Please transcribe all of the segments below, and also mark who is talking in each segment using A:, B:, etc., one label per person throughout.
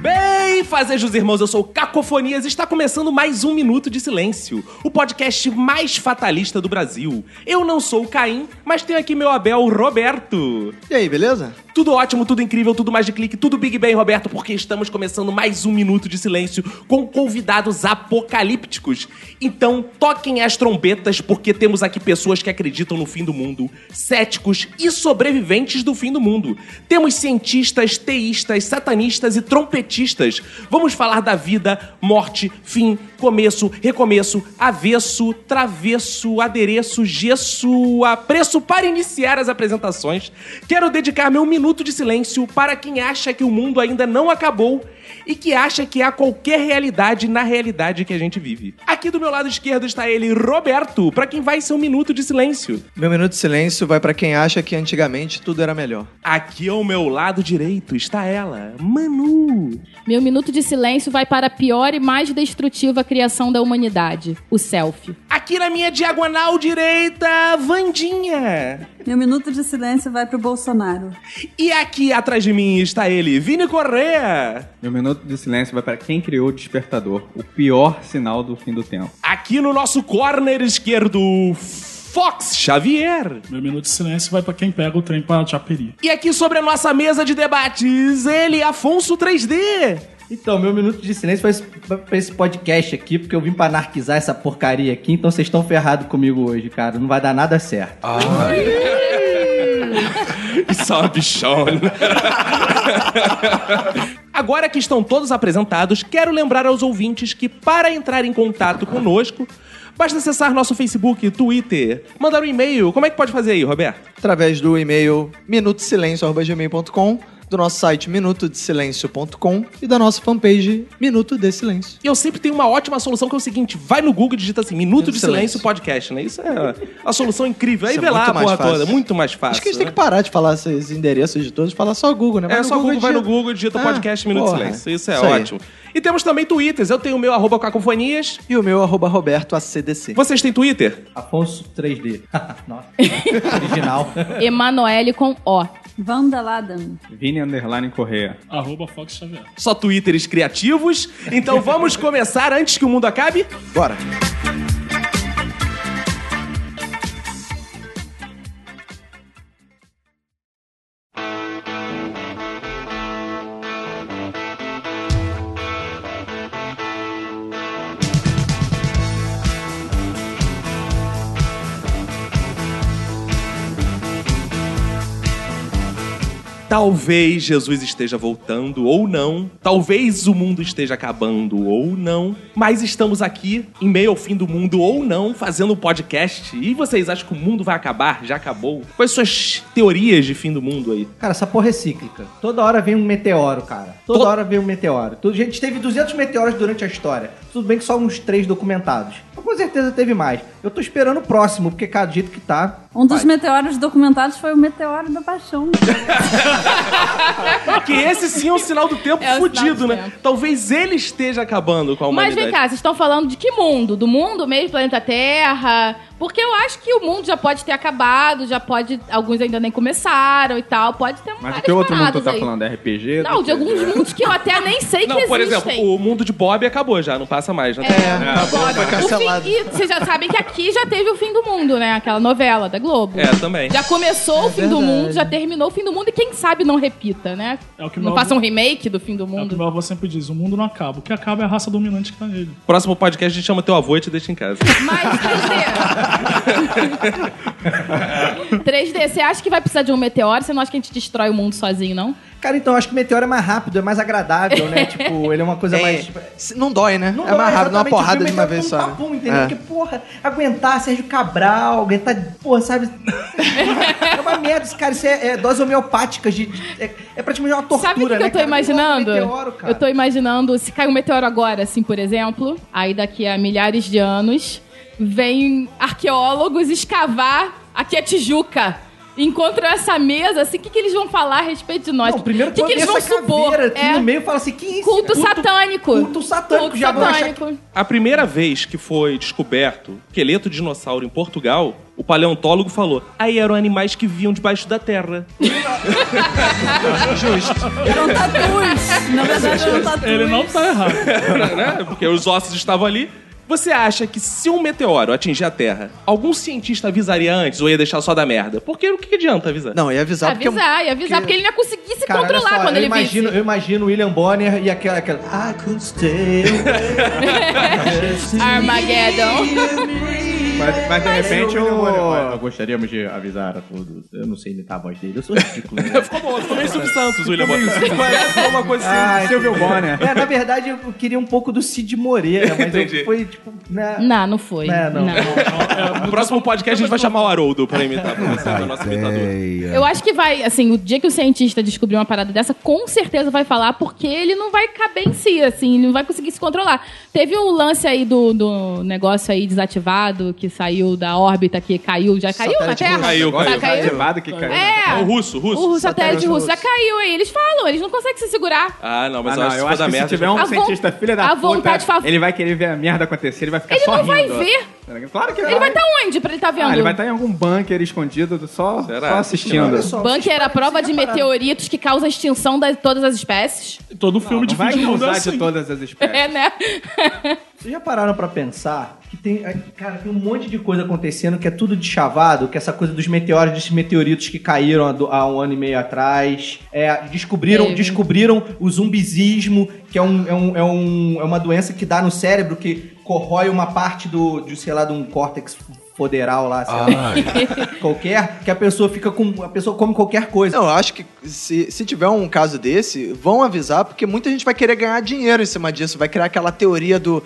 A: Bem, fazejos irmãos, eu sou o Cacofonias e está começando mais um Minuto de Silêncio, o podcast mais fatalista do Brasil. Eu não sou o Caim, mas tenho aqui meu Abel Roberto.
B: E aí, beleza?
A: Tudo ótimo, tudo incrível, tudo mais de clique, tudo Big Bang, Roberto, porque estamos começando mais um Minuto de Silêncio com convidados apocalípticos. Então, toquem as trombetas, porque temos aqui pessoas que acreditam no fim do mundo, céticos e sobreviventes do fim do mundo. Temos cientistas, teístas, satanistas e trompetistas. Vamos falar da vida, morte, fim, começo, recomeço, avesso, travesso, adereço, gesso, apreço. Para iniciar as apresentações, quero dedicar meu minuto de silêncio para quem acha que o mundo ainda não acabou e que acha que há qualquer realidade na realidade que a gente vive. Aqui do meu lado esquerdo está ele, Roberto, para quem vai ser um minuto de silêncio.
B: Meu minuto de silêncio vai pra quem acha que antigamente tudo era melhor.
A: Aqui ao meu lado direito está ela, Manu.
C: Meu minuto de silêncio vai para a pior e mais destrutiva criação da humanidade, o selfie.
A: Aqui na minha diagonal direita, Vandinha.
D: Meu minuto de silêncio vai pro Bolsonaro.
A: E aqui atrás de mim está ele, Vini Correa.
E: Meu minuto de silêncio vai para quem criou o despertador, o pior sinal do fim do tempo.
A: Aqui no nosso corner esquerdo, Fox Xavier.
F: Meu minuto de silêncio vai pra quem pega o trem pra Japeri.
A: E aqui sobre a nossa mesa de debates, ele, Afonso 3D.
G: Então, meu minuto de silêncio foi pra esse podcast aqui, porque eu vim pra anarquizar essa porcaria aqui, então vocês estão ferrados comigo hoje, cara. Não vai dar nada certo.
A: Isso é uma bichona. Agora que estão todos apresentados, quero lembrar aos ouvintes que para entrar em contato conosco, basta acessar nosso Facebook, Twitter, mandar um e-mail. Como é que pode fazer aí, Roberto?
B: Através do e-mail minutosilencio.gmail.com, do nosso site minutodesilencio.com e da nossa fanpage Minuto de Silêncio.
A: E eu sempre tenho uma ótima solução que é o seguinte: vai no Google e digita assim, Minuto de Silêncio,
B: Silêncio.
A: Podcast, né? Isso é a solução incrível. Aí
B: Isso é
A: vê lá a
B: muito mais
A: porra
B: fácil.
A: toda, muito mais fácil.
B: Acho que a gente tem
A: né?
B: que parar de falar esses endereços de todos, falar só Google, né? Vai
A: É só Google, vai
B: e
A: no
B: digita.
A: Google, digita
B: Ah,
A: podcast Minuto de
B: porra.
A: Silêncio. Isso é
B: Isso aí.
A: ótimo. E temos também Twitters. Eu tenho o meu arroba cacofonias.
B: E o meu arroba Roberto ACDC.
A: Vocês têm Twitter?
G: Afonso 3D. Nossa, original.
A: É.
C: Emanuele com O.
D: Wanda Ladan.
E: Vini Underline Correia.
F: Arroba Fox Xavier. É
A: Só Twitters criativos. Então vamos começar antes que o mundo acabe.
B: Bora.
A: Talvez Jesus esteja voltando ou não. Talvez o mundo esteja acabando ou não. Mas estamos aqui, em meio ao fim do mundo ou não, fazendo um podcast. E vocês acham que o mundo vai acabar? Já acabou? Quais suas teorias de fim do mundo aí?
G: Cara, essa porra é cíclica. Toda hora vem um meteoro, cara. Toda
A: To-
G: hora vem um meteoro. Tudo- A gente teve 200 meteoros durante a história. Tudo bem que só uns três documentados. Mas com certeza teve mais. Eu tô esperando o próximo, porque, cara, do jeito que tá...
D: Um dos meteoros documentados foi o meteoro da paixão.
A: Porque esse sim é um sinal do tempo
C: É o sinal do
A: fudido, né?
C: tempo.
A: Talvez ele esteja acabando com a
C: Mas
A: humanidade.
C: vem cá, vocês estão falando de que mundo? Do mundo mesmo, planeta Terra? Porque eu acho que o mundo já pode ter acabado, já pode. Alguns ainda nem começaram e tal. Pode ter
E: Mas o
C: várias
E: que outro mundo
C: paradas
E: tu tá
C: aí.
E: falando? RPG?
C: Não, de alguns mundos que eu até nem sei
A: Não,
C: que
A: por
C: existem.
A: exemplo, o mundo de Bob acabou já, não passa mais. Né? É.
C: Agora,
B: foi
C: o fim-
B: cancelado.
C: e vocês já sabem que aqui já teve o fim do mundo, né? Aquela novela da Globo.
A: É, também.
C: Já começou o fim do
B: verdade.
C: mundo, já terminou o fim do mundo e quem sabe não repita, né?
F: É o que
C: Não
F: meu
C: faça um
F: avô-
C: remake do fim do
F: É o que
C: mundo.
F: meu avô sempre diz, o mundo não acaba. O que acaba é a raça dominante que tá nele.
A: Próximo podcast a gente chama teu avô e te deixa em casa.
C: Mas, quer dizer, 3D, você acha que vai precisar de um meteoro? Você não acha que a gente destrói o mundo sozinho, não?
G: Cara, então, eu acho que meteoro é mais rápido, é mais agradável, né? tipo, ele é uma coisa mais...
B: É, não dói, né?
G: Não
B: é mais rápido,
G: dói,
B: uma
G: exatamente.
B: porrada
G: O filme
B: de uma
G: é
B: vez
G: um
B: só. né?
G: papum, entendeu?
B: É.
G: Porque, porra, aguentar Sérgio Cabral, aguentar, porra, sabe? é uma merda, isso, cara. Isso é, é dose homeopática. De, de- é, é praticamente uma tortura,
C: Sabe o que, que
G: né,
C: eu tô
G: cara?
C: imaginando?
G: Um meteoro, cara.
C: eu tô imaginando, se cai um meteoro agora, assim, por exemplo, aí daqui a milhares de anos, vem arqueólogos escavar aqui a Tijuca. E Encontram essa mesa, assim, o que, que eles vão falar a respeito de nós?
G: Não, primeiro
C: o que, que
G: põe
C: eles vão
G: essa
C: supor?
G: caveira aqui
C: É,
G: no meio e fala assim, que isso?
C: culto, satânico.
G: culto satânico,
C: Culto
G: já vão achar
C: satânico.
A: A primeira vez que foi descoberto esqueleto de dinossauro em Portugal, o paleontólogo falou: aí eram animais que vinham debaixo da terra.
D: Eram tatus. tá Na verdade, eram tatus.
F: Ele não tá errado.
A: né? Porque os ossos estavam ali. Você acha que se um meteoro atingir a Terra, algum cientista avisaria antes ou ia deixar só da merda? Porque o que adianta avisar?
B: Não, ia avisar, porque... é um
C: avisar, e avisar, porque ele não ia conseguir se
G: um- Cara, olha
C: controlar
G: só,
C: quando
G: eu
C: ele
G: imagino,
C: visse.
G: Eu imagino o William Bonner e aquela... aquela I could stay
C: Armageddon.
E: Mas, mas de
C: é,
E: repente
G: eu-
E: eu, eu gostaríamos de avisar a todos. Eu não sei imitar a voz dele, eu sou ridículo. né?
A: Ficou bom, ficou meio Silvio Santos, William Bonner.
E: Parece uma coisa assim, Silvio Bonner.
G: É, na verdade, eu queria um pouco do Cid Moreira, mas eu
A: Entendi.
G: foi, tipo... Né,
C: Não, não foi.
G: É, não.
A: É, No próximo podcast a gente vai chamar o Haroldo pra imitar pra você, da nossa imitadora.
C: Eu acho que vai, assim, o dia que o cientista descobrir uma parada dessa, com certeza vai falar, porque ele não vai caber em si, assim, ele não vai conseguir se controlar. Teve um lance aí do, do negócio aí desativado, que saiu da órbita, que caiu, já caiu na
B: Satélite
C: Terra?
B: russo.
A: Caiu,
C: Já
A: caiu.
C: caiu?
E: Levado que caiu.
C: Tá É,
A: O russo, o russo.
C: o satélite russo já caiu aí. Eles falam, eles não conseguem se segurar.
A: Ah, não, mas
E: Ah, não,
A: eu
E: eu
A: acho que
E: acho
A: da
E: que se
A: merda.
E: tiver um
C: A
E: cientista
C: von-
E: filha da
C: a
E: puta,
C: vontade fa-
E: ele vai querer ver a merda acontecer, ele vai ficar
C: Ele
E: É só
C: não vai
E: rindo. Tá
C: ver.
E: Claro que
C: Ele vai estar onde pra ele estar vendo?
E: Ah, ele vai estar em algum bunker escondido, só,
A: Será?
E: só assistindo.
G: Olha só,
C: Bunker era a prova de meteoritos que causa a extinção de todas as espécies.
F: Todo filme de
E: Não vai
F: fim de mundo é
E: cruzar
F: assim.
E: de todas as
C: É,
E: espécies.
C: né?
G: Vocês já pararam pra pensar que tem, cara, tem um monte de coisa acontecendo que é tudo de chavado, que é essa coisa dos meteoros, desses meteoritos que caíram há, do- há um ano e meio atrás. É, descobriram,
C: Teve.
G: descobriram o zumbizismo, que é, um, é, um, é, um- é uma doença que dá no cérebro, que corrói uma parte do, de, sei lá, de um córtex foderal lá, sei lá, qualquer, que a pessoa fica com. A pessoa come qualquer coisa.
B: Não, eu acho que se, se tiver um caso desse, vão avisar, porque muita gente vai querer ganhar dinheiro em cima disso. Vai criar aquela teoria do...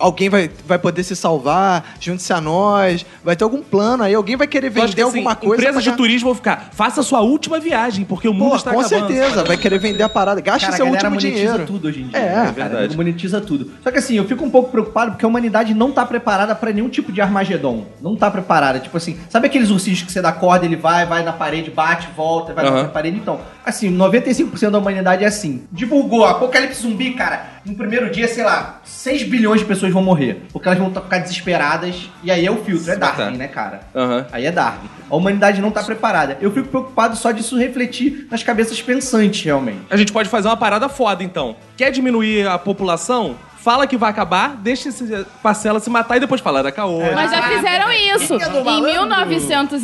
B: Alguém vai, vai poder se salvar, junte-se a nós, vai ter algum plano aí, alguém vai querer
A: Eu acho que,
B: vender
A: assim,
B: alguma coisa.
A: Empresas
B: pra
A: de
B: ganhar-
A: turismo vão ficar. Faça sua última viagem, porque o mundo
B: Pô,
A: está
B: com
A: acabando. é
B: certeza, vai querer vender a parada. Gasta
G: Cara,
B: seu
G: a galera
B: é último
G: monetiza
B: dinheiro.
G: tudo hoje em dia.
B: É,
G: né, cara,
A: verdade.
G: Tudo monetiza tudo. Só que assim, eu fico um pouco preocupado porque a humanidade não tá preparada pra nenhum tipo de Armagedon. Não tá preparada. Tipo assim, sabe aqueles ursinhos que você dá corda, ele vai, vai na parede, bate, volta, vai
A: Aham.
G: na parede? Então, assim, 95% da humanidade é assim. Divulgou apocalipse zumbi, cara. No primeiro dia, sei lá, 6 bilhões de pessoas vão morrer. Porque elas vão tá- ficar desesperadas. E aí é o filtro, é
A: matar.
G: Darwin, né, cara?
A: Aham.
G: Aí é Darwin. A humanidade não tá preparada. Eu fico preocupado só disso refletir nas cabeças pensantes, realmente.
A: A gente pode fazer uma parada foda, então. Quer diminuir a população? Fala que vai acabar, deixa esse parcela se matar e depois fala da caô.
C: Mas é já fizeram isso.
G: Quem é do
C: Em
G: malandro?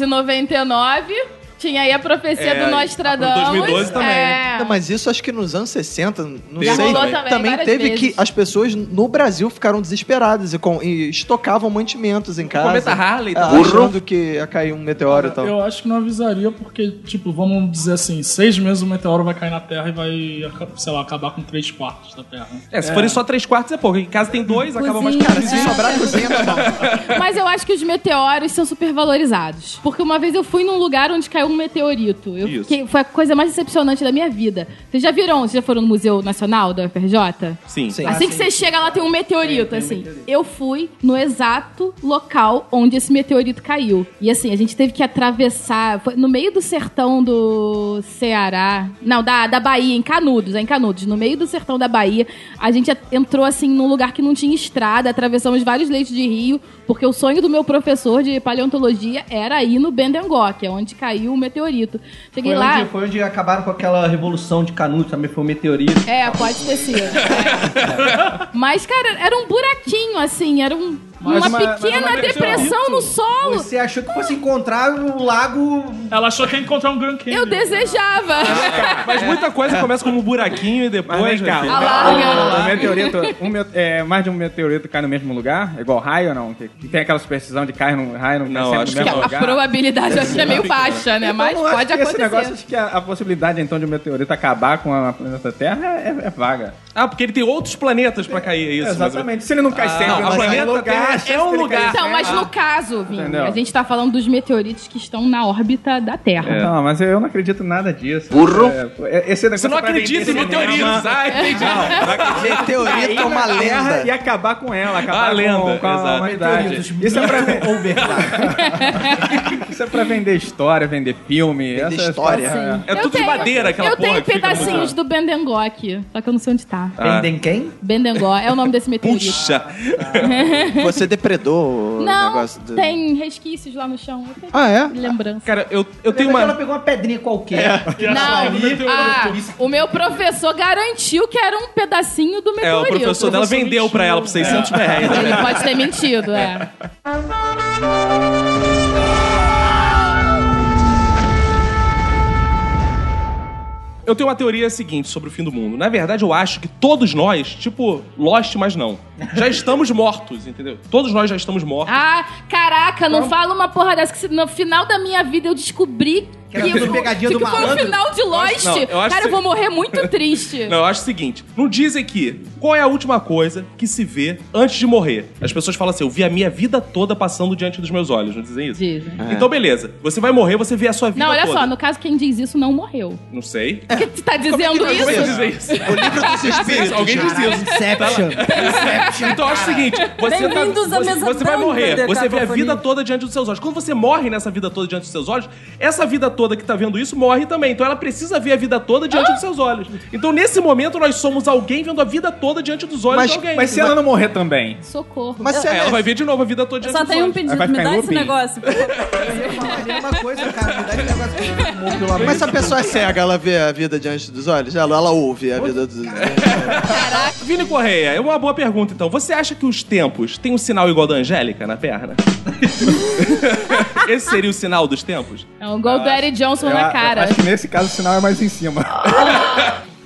C: 1999, tinha aí a profecia
A: É,
C: do
A: a
C: Nostradamus.
A: pro 2012 também.
C: É.
A: Tá.
B: Não, mas isso acho que nos anos 60, não
A: Já
B: sei.
A: rolou
C: também, várias
B: teve
C: vezes.
B: que as pessoas no Brasil ficaram desesperadas e, com- e estocavam mantimentos em casa.
A: cometa Harley,
B: ah,
A: tá?
B: achando que ia cair um meteoro e
C: Então.
B: tal.
F: Eu acho que não avisaria, porque, tipo, vamos dizer assim, seis meses o meteoro vai cair na Terra e vai, aca- sei lá, acabar com três quartos da Terra. né?
A: É, se forem só três quartos é pouco. Em casa tem dois, acaba mais
D: Cozinha.
C: É.
D: É.
B: Cara, se sobrar cozinha, tá bom.
C: Mas eu acho que os meteoros são supervalorizados. Porque uma vez eu fui num lugar onde caiu um meteorito. Eu
A: Isso.
C: fiquei- foi a coisa mais decepcionante da minha vida. Vocês já viram? Vocês já foram no Museu Nacional da UFRJ?
A: Sim.
B: Sim.
C: Assim que você chega lá tem um meteorito, assim. Eu fui no exato local onde esse meteorito caiu. E assim, a gente teve que atravessar. Foi no meio do sertão do Ceará. Não, da, da Bahia, em Canudos, é em Canudos. No meio do sertão da Bahia, a gente at- entrou assim num lugar que não tinha estrada, atravessamos vários leitos de rio, porque o sonho do meu professor de paleontologia era ir no Bendengó, que é onde caiu o meteorito. Cheguei
G: Foi
C: lá.
G: onde, foi onde acabaram com aquela revolução de Canudos, também foi um meteorito.
C: É, pode ter sido. É. Mas, cara, era um buraquinho, assim, era um.
F: Mas
C: uma
F: uma- mas
C: pequena
F: uma
C: depressão no solo.
G: Você achou que fosse encontrar o lago.
F: Ela achou que ia encontrar um Grand Canyon.
C: Eu desejava.
A: Mas muita coisa começa como um buraquinho e depois.
E: Mas vem cá,
A: meu
E: o-
A: filho.
C: Alarga.
E: o meteorito, um me- é, mais de um meteorito cai no mesmo lugar, igual raio ou não? Que, que tem aquela superstição de cair num raio não,
A: Não,
E: cai
A: acho
E: sempre no
C: Que
E: mesmo
C: a, a
E: lugar.
C: probabilidade eu acho que é meio baixa, né?
E: Então,
C: Mas
E: eu acho
C: pode
E: que Esse negócio,
C: acontecer.
E: acho que a, a possibilidade então de um meteorito acabar com a planeta Terra é, é vaga.
A: Ah, porque ele tem outros planetas pra cair, é isso. mais ou menos.
E: Exatamente. Se ele não cai sempre,
A: Não, a
E: mas cai em
A: planeta
E: lugar,
A: Terra é um lugar.
C: Então, mas no caso, Vini,
E: Entendeu?
C: a gente tá falando dos meteoritos que estão na órbita da Terra.
E: Não, mas eu não acredito em nada disso. Burro. esse negócio
A: Você não
E: é pra vender
A: acredita em
E: cinema.
A: meteoritos. Ah, entendi.
B: Meteorito é uma
E: Na Terra
B: lenda.
E: E acabar com ela,
A: A
E: acabar
A: lenda,
E: com, com a
A: exato.
E: humanidade. Isso é, pra, ven- isso é pra vender história, vender filme.
B: Vender
E: essas-
B: história.
E: é.
A: É tudo de madeira, aquela
C: Eu
A: porra.
C: tenho
A: que fica no
C: pedacinhos
A: museu.
C: do Bendengó aqui, só que eu não sei onde tá.
A: Ah.
G: Vendem quem?
C: Bendengó é o nome desse meteorito.
A: Puxa!
B: Você depredou o
C: Não,
B: negócio do...
C: tem resquícios lá no chão. Eu peguei
B: Ah, é?
C: Lembrança.
A: Cara, eu, eu
C: é
A: tenho
G: Mas Ela
A: uma. É.
G: pegou uma pedrinha qualquer.
C: Não,
F: meteorito.
C: ah, o meu professor garantiu que era um pedacinho do
A: É, o
C: meteorito.
A: professor dela vendeu pra ela por
C: É.
A: 600 mil reais.
C: Ele pode ter mentido, é.
A: Eu tenho uma teoria seguinte sobre o fim do mundo. Na verdade, eu acho que todos nós, tipo, Lost, mas não, já estamos mortos, entendeu? Todos nós já estamos mortos.
C: Ah, caraca, não fala uma porra dessa que se- no final da minha vida eu descobri que,
G: era tudo
C: eu-
G: pegadinha
C: que
G: do
C: foi o
G: malandro?
C: final de Lost.
A: não, eu acho
C: Cara,
A: que-
C: eu vou morrer muito triste.
A: Não, eu acho o seguinte: não dizem que qual é a última coisa que se vê antes de morrer? As pessoas falam assim: eu vi a minha vida toda passando diante dos meus olhos, não dizem isso?
C: Dizem.
A: Então, beleza. Você vai morrer, você vê a sua vida
C: Não, olha
A: toda.
C: só, no caso, quem diz isso não morreu.
A: Não sei.
C: O que tu tá dizendo
A: É. Como é que
C: isso?
A: dizem isso?
B: O livro dos espíritos.
A: Alguém diz isso.
G: Inception.
A: Então eu acho o seguinte: você, tá,
D: Bem-vindos à
A: você,
D: mesa
A: você vai
D: branca
A: morrer,
D: da
A: você vê a
D: cacofonia.
A: vida toda diante dos seus olhos. Quando você morre nessa vida toda diante dos seus olhos, essa vida toda que tá vendo isso morre também. Então ela precisa ver a vida toda diante dos seus olhos. Então nesse momento nós somos alguém vendo a vida toda diante dos olhos
B: Mas-
A: de alguém.
E: Mas se ela não morrer também?
C: Socorro.
B: Mas se
A: É, ela
B: ela
A: vai ver de novo a vida toda diante
D: Só
A: dos
D: tem um
A: olhos.
D: pedido,
E: Vai
D: me
E: ficar
D: dá
E: em
D: esse
E: looping.
D: negócio. por favor.
G: Uma coisa, cara, me dá esse negócio que eu fumo, pelo amor
B: Mas se a pessoa é cega, ela vê a vida diante dos olhos? Ela, ela ouve a vida dos olhos.
A: Vini Correia, é uma boa pergunta então. Você acha que os tempos têm um sinal igual da Angélica na perna? Esse seria o sinal dos tempos?
C: É um gol do Eric Johnson
E: Eu a-
C: na
E: eu
C: cara.
E: acho que nesse caso o sinal é mais em cima.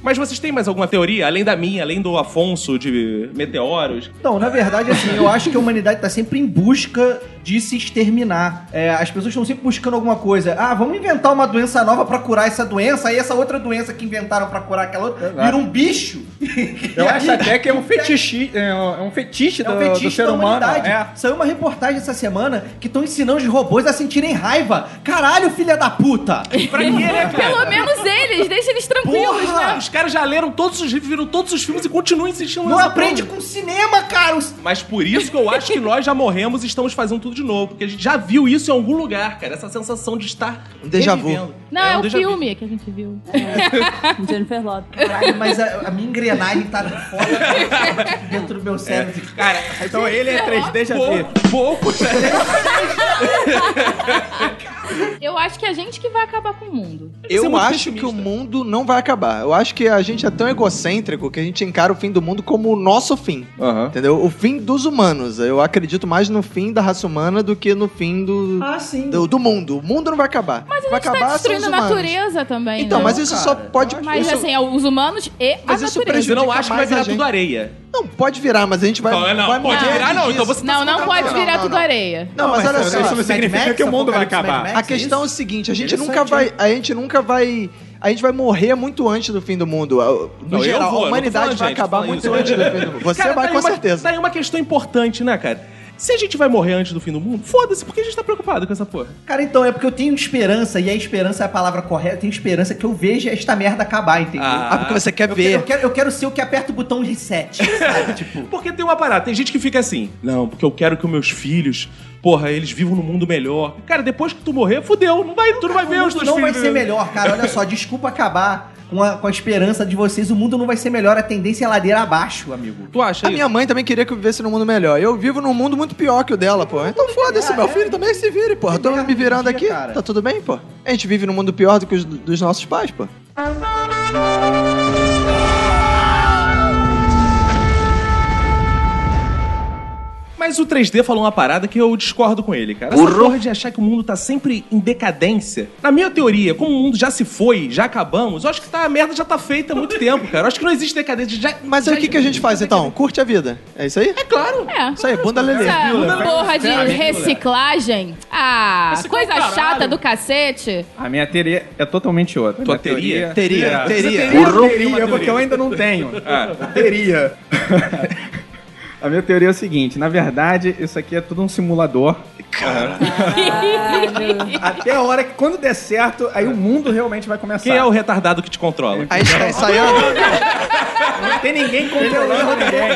A: Mas vocês têm mais alguma teoria, além da minha, além do Afonso de meteoros?
G: Então, na verdade, assim, eu acho que a humanidade tá sempre em busca de se exterminar. É, as pessoas estão sempre buscando alguma coisa. Ah, vamos inventar uma doença nova pra curar essa doença, aí essa outra doença que inventaram pra curar aquela outra vira um bicho.
E: Eu acho até que é um fetiche, é um é um fetiche,
G: É um
E: do, do
G: fetiche
E: ser
G: da
E: humano.
G: humanidade.
E: É.
G: Saiu uma reportagem essa semana que estão ensinando os robôs a sentirem raiva. Caralho, filha da puta!
A: Pra quê, né, cara?
C: Pelo menos eles, deixa eles tranquilos,
G: Porra!
C: né?
A: Os caras já leram todos os livros, viram todos os filmes e continuam insistindo
G: Não
A: nessa
G: aprende
A: porra.
G: com cinema, cara! Os-
A: Mas por isso que eu acho que nós já morremos e estamos fazendo tudo de novo. Porque a gente já viu isso em algum lugar, cara. Essa sensação de estar.
B: Um déjà vu.
A: revivendo.
C: Não, é,
A: um
C: o
A: déjà vu.
C: filme que a gente viu.
D: Jennifer Lopez.
G: Caralho, mas a, a minha engrenagem tá fora dentro do meu cérebro.
A: Cara,
E: Então ele é 3D, já vi.
A: pouco, pouco né?
C: Eu acho que é a gente que vai acabar com o mundo.
A: Você é
B: Eu
A: muito
B: acho que
A: pessimista.
B: o mundo não vai acabar. Eu acho que a gente é tão egocêntrico que a gente encara o fim do mundo como o nosso fim. Entendeu? O fim dos humanos. Eu acredito mais no fim da raça humana do que no fim do,
G: Ah, sim.
B: do, do mundo. O mundo não vai acabar.
C: Mas a
B: vai
C: gente tá
B: acabar são os
C: destruindo a
B: humanos.
C: natureza também,
B: Então,
C: né?
B: mas isso só pode.
C: Mas
B: isso-
C: assim, é os humanos e
B: Mas
C: a
B: isso
C: natureza.
A: Mas eu não acho que vai
B: mais a
A: virar
B: gente.
A: tudo areia.
B: Não, pode virar, mas a gente vai.
A: Não, não,
B: vai
A: pode
B: morrer
A: virar, não.
B: disso.
A: Então você
C: Não, não pode virar
B: não,
C: tudo
B: não.
C: areia.
B: Não, mas olha só.
E: isso não significa que o mundo vai acabar.
B: A questão é o seguinte, a gente nunca vai, a gente nunca vai, a gente vai morrer muito antes do fim do mundo. No
A: Não, eu
B: geral, a
A: vou, eu não tô
B: humanidade
A: falando,
B: vai
A: gente,
B: acabar
A: tô falando
B: muito
A: isso.
B: antes do fim do mundo. Você
A: Cara,
B: vai
A: tá
B: com
A: aí uma-
B: certeza.
A: Tá aí uma questão importante, né, cara? Se a gente vai morrer antes do fim do mundo, foda-se, por que a gente tá preocupado com essa porra?
G: Cara, então, é porque eu tenho esperança, e a esperança é a palavra correta, eu tenho esperança que eu veja esta merda acabar, entendeu?
A: Ah,
B: Ah, porque você quer
G: Eu quero, eu,
B: ver.
G: quero, eu quero ser o que aperta o botão reset, sabe? tipo,
A: Porque tem uma parada, tem gente que fica assim, não, porque eu quero que os meus filhos, porra, eles vivam num mundo melhor. Cara, depois que tu morrer, fudeu, não vai, tu não vai ver os
G: o mundo
A: teus
G: não vai
A: filhos.
G: ser melhor, cara. Olha só, desculpa acabar com a, com a esperança de vocês. O mundo não vai ser melhor, a tendência é ladeira abaixo, amigo.
A: Tu acha
B: A
A: isso?
B: minha mãe também queria que eu vivesse num mundo melhor. Eu vivo num mundo muito pior que o dela, pô. Então
C: é,
B: foda-se, meu filho também se vire, pô. Eu tô me virando aqui, tá tudo bem, pô. A gente vive num mundo pior do que os dos nossos pais, pô.
A: Mas Mas o 3D falou uma parada que eu discordo com ele, cara. Essa porra de achar que o mundo tá sempre em decadência. Na minha teoria, como o mundo já se foi, já acabamos, eu acho que tá, a merda já tá feita há muito tempo, cara. Eu acho que não existe decadência. Já,
B: Mas
G: é
A: já,
B: aí o que, que a gente faz então? Curte a vida. É isso aí?
A: É claro.
C: É.
B: Isso aí, bunda lelê.
C: Essa
E: Vila,
C: porra de
E: cara, Vila.
C: reciclagem. Ah,
E: Reciclar
C: coisa
E: caralho.
C: chata do cacete.
E: A minha teoria é totalmente outra.
A: Tua
E: Minha é,
A: teoria? Ah.
B: Teria, teria.
E: Teria, teria, é porque eu ainda não tenho. Teria. A minha teoria é o seguinte, na verdade, isso aqui é tudo um simulador. Até a hora que, quando der certo, aí o mundo realmente vai começar.
A: Quem é o retardado que te controla?
B: Aí está ensaiando.
E: Não tem ninguém controlando
A: é,
E: ninguém.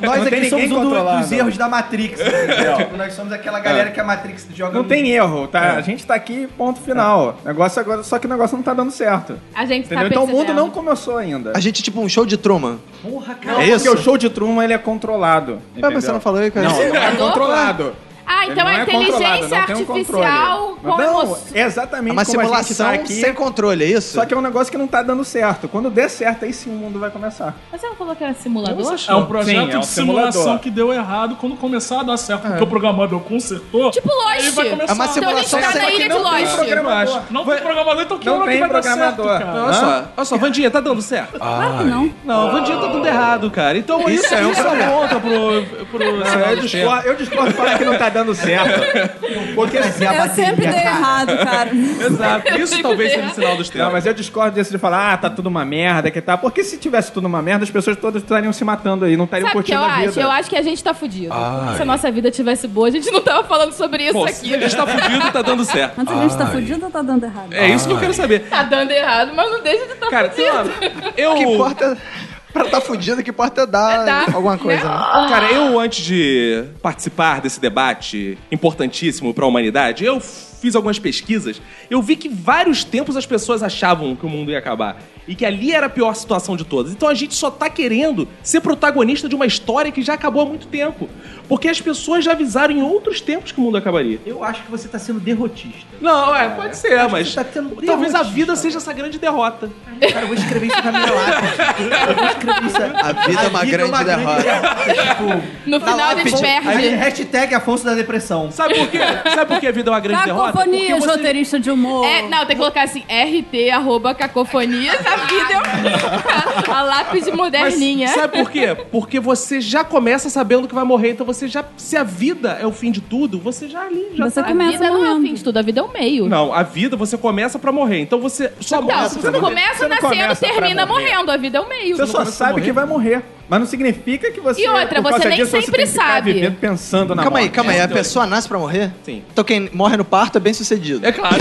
G: Nós
E: Não tem
G: aqui somos
E: ninguém
G: um do- dos
E: controlado.
G: erros da Matrix. entendeu? tipo, nós somos aquela galera que a Matrix joga.
E: Não
G: no-
E: tem erro,
A: É.
E: tá? A gente tá aqui, ponto final. Negócio agora, só que o negócio não tá dando certo.
C: A gente
E: Entendeu?
C: tá
E: então o
C: percebendo.
E: mundo não começou ainda.
B: A gente, é tipo, um show de Truman.
G: Porra,
E: Não,
G: cara.
B: É isso?
E: Porque o show de Truman, ele é controlado.
B: Ah,
E: entendeu?
B: mas você não falou aí, cara.
E: Não, não é
C: Controlador?
E: controlado.
C: Ah, então
E: Ele
C: é
E: não controlado,
C: inteligência
E: não tem um
C: artificial
E: controle.
C: com
E: Não,
C: emoção.
E: é
B: É
E: exatamente
B: uma
E: como a gente
B: simulação
E: tá aqui.
B: sem controle, é isso?
E: Só que é um negócio que não tá dando certo. Quando der certo, aí sim o mundo vai começar.
C: Mas você não falou que era simulador?
F: É um projeto
E: Sim, é um
F: de simulação
E: simulador.
F: que deu errado quando começar a dar certo,
C: É.
F: porque o programador consertou.
C: Tipo Lost.
F: Ele vai começar.
B: É uma
C: Então a gente
B: simulação
C: tá
B: sem-
C: na ilha de
E: não tem
C: Lost.
E: programador.
F: Não tem programador, então que
E: Não
F: hora que
E: tem
F: vai dar certo,
E: programador.
F: cara?
A: Olha só, olha só, Vandinha, tá dando certo?
C: Claro que não.
A: Não, Vandinha tá dando errado, cara. Então isso, é um
F: Conta
C: É.
F: pro. pro sei lá,
E: Eu discordo, eu discordo de falar que não tá dando certo.
G: Porque assim, a
D: Eu
G: Matrix-
D: sempre dei errado, cara.
A: Exato. Isso talvez seja um sinal dos
E: Não,
A: tempos.
E: mas eu discordo disso de falar, ah, tá tudo uma merda, que tá. Porque se tivesse tudo uma merda, as pessoas todas estariam se matando aí, não estariam
C: Sabe o que eu
E: curtindo a vida.
C: acho? Eu acho que a gente tá fudido. Se a nossa vida tivesse boa, a gente não tava falando sobre isso
A: Pô, se
C: aqui.
A: a gente tá fudido, tá dando certo.
D: Mas se a gente tá fudido ou tá dando errado?
A: É isso que eu quero saber.
C: Tá dando errado, mas não deixa de estar
A: Cara,
C: fudido.
A: sei lá, eu...
B: O que importa... Pra tá fudido, o que importa é dar
C: É dar,
B: alguma coisa.
C: né?
B: né?
A: Cara, eu antes de participar desse debate importantíssimo pra humanidade, eu fiz algumas pesquisas. Eu vi que vários tempos as pessoas achavam que o mundo ia acabar e que ali era a pior situação de todas. Então a gente só tá querendo ser protagonista de uma história que já acabou há muito tempo, porque as pessoas já avisaram em outros tempos que o mundo acabaria.
G: Eu acho que você tá sendo derrotista.
A: Não, é, pode ser,
G: que
A: mas
G: você tá tendo
A: talvez a
G: derrotista.
A: vida seja essa grande derrota.
G: Cara, eu vou escrever isso na minha lápide. Eu vou escrever isso.
B: A vida é uma grande derrota.
G: tipo,
C: No
G: na
C: final a gente
G: lápide.
C: perde.
G: Aí, hashtag Afonso da Depressão.
A: Sabe por quê? Sabe por que a vida é uma
C: Tá
A: grande derrota?
D: Cacofonia, os roteiristas de humor.
C: É, não, tem que colocar assim, RT, arroba cacofonia, da vida é um... a lápide
A: Mas
C: moderninha.
A: sabe por quê? Porque você já começa sabendo que vai morrer, então você já. Se a vida é o fim de tudo, você já ali já
D: Você
A: tá.
C: A vida
D: começa
C: não é o fim
D: morrendo.
C: de tudo, a vida é o meio.
A: Não, a vida você começa pra morrer, então você só
C: Não,
A: morre.
C: você não começa
E: você não
C: nascendo,
E: começa pra
C: termina
E: morrer.
C: morrendo. A vida é o meio.
E: Você só sabe que vai morrer. Mas não significa que você.
C: E outra,
E: por causa
C: você nem
E: disso,
C: sempre
E: tem que ficar
C: sabe.
E: vivendo pensando na
B: Calma aí,
E: morte.
B: calma aí. A pessoa nasce pra morrer?
A: Sim.
B: Então quem morre no parto é bem sucedido.
A: É claro.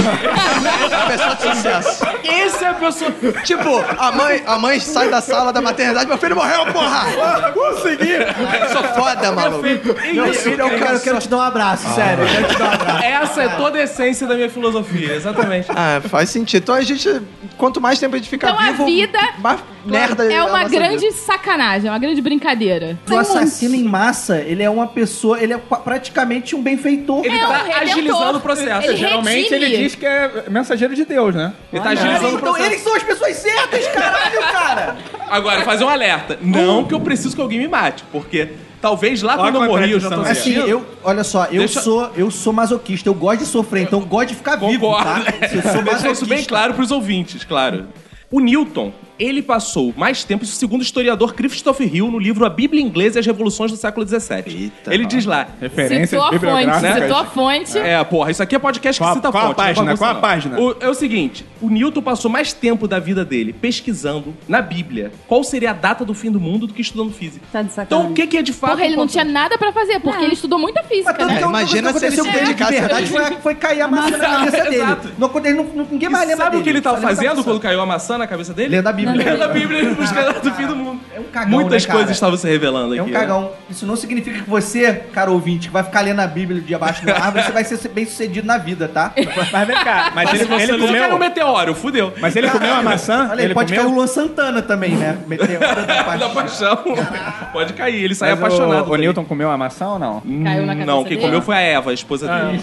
B: É uma pessoa de sucesso.
A: Essa é a pessoa.
B: Tipo, a mãe, a mãe sai da sala da maternidade, meu filho morreu, porra!
E: Ah, consegui!
B: Eu sou foda, maluco.
A: É isso.
B: filho é um cara
G: Eu quero te dar um abraço, sério. Eu quero te dar um abraço.
A: Essa é toda a essência da minha filosofia, exatamente.
B: Ah, faz sentido. Então a gente, quanto mais tempo a gente fica
C: Então a
B: vivo,
C: vida
B: mais merda é
C: é
B: a
C: uma
B: nossa
C: grande
B: vida.
C: sacanagem, é uma grande brincadeira.
G: O um assassino em massa, ele é uma pessoa, ele é qua- praticamente um benfeitor.
A: Ele
C: É um
A: tá
C: redentor.
A: agilizando o processo.
C: Ele
E: Geralmente
C: redime.
E: ele diz que é mensageiro de Deus, né?
A: Ele tá agilizando o
G: então
A: processo.
G: eles são as pessoas certas, caralho, cara!
A: Agora, fazer um alerta. Não que eu preciso que alguém me mate, porque talvez lá
E: Olha
A: quando eu
E: como é
A: morri eu já tô
E: tradição,
G: Assim,
A: assistindo.
G: eu, olha só, eu
A: Deixa-
G: sou, eu sou masoquista, eu gosto de sofrer, então eu gosto de ficar vivo, tá?
A: Concordo.
G: Eu sou
A: Deixar
E: é
G: masoquista.
A: isso bem claro pros ouvintes, claro. O Newton, ele passou mais tempo, isso segundo o historiador Christopher Hill, no livro A Bíblia Inglesa e as Revoluções do Século XVII.
B: Eita,
A: ele diz lá...
E: Referência
C: citou a fonte,
E: bibliográfica.
C: citou a fonte.
A: É, porra, isso aqui é podcast
E: Qual a-
A: que cita
E: qual a
A: fonte. não
E: página?
A: bagunça,
E: Qual a
A: não.
E: página?
A: O- é o seguinte, o Newton passou mais tempo da vida dele pesquisando na Bíblia qual seria a data do fim do mundo do que estudando física.
D: Tá de sacanagem.
A: Então o que, que é de fato...
C: Porra, ele não tinha
A: importante?
C: nada pra fazer, porque
D: É.
C: ele estudou muita
G: Mas
C: física,
G: tanto
C: né?
G: tá que a única coisa
B: imagina
G: que
B: se ele
G: aconteceu
B: se
G: com ele de
B: dedicasse-
G: verdade foi, foi cair a maçã na cabeça dele. Não, quando ele não, ninguém mais
A: E
G: lembra
A: sabe o que
G: dele,
A: ele tava
G: só lembra da
A: fazendo
G: maçã.
A: quando caiu a maçã na cabeça dele?
G: Lendo a Bíblia.
A: Lendo a Bíblia buscando do fim do mundo.
G: É um cagão,
A: Muitas
G: né, cara?
A: coisas estavam se revelando aqui.
G: É um
A: né?
G: cagão. Isso não significa que você, cara ouvinte, que vai ficar lendo a Bíblia de abaixo da árvore, você vai ser bem sucedido na vida, tá?
E: Mas vem cá, mas ele, ele
A: Você quer um
E: comeu.
A: meteoro, fudeu.
E: Mas ele comeu a maçã?
G: Olha, ele pode cair um o Luan Santana também, né? Meteu
A: Da paixão. Pode cair, ele sai
E: Mas
A: apaixonado.
E: O, o Newton comeu a maçã ou não?
C: Caiu na cabeça
A: Hum, Não, quem
C: dele.
A: comeu foi a Eva, a esposa dele.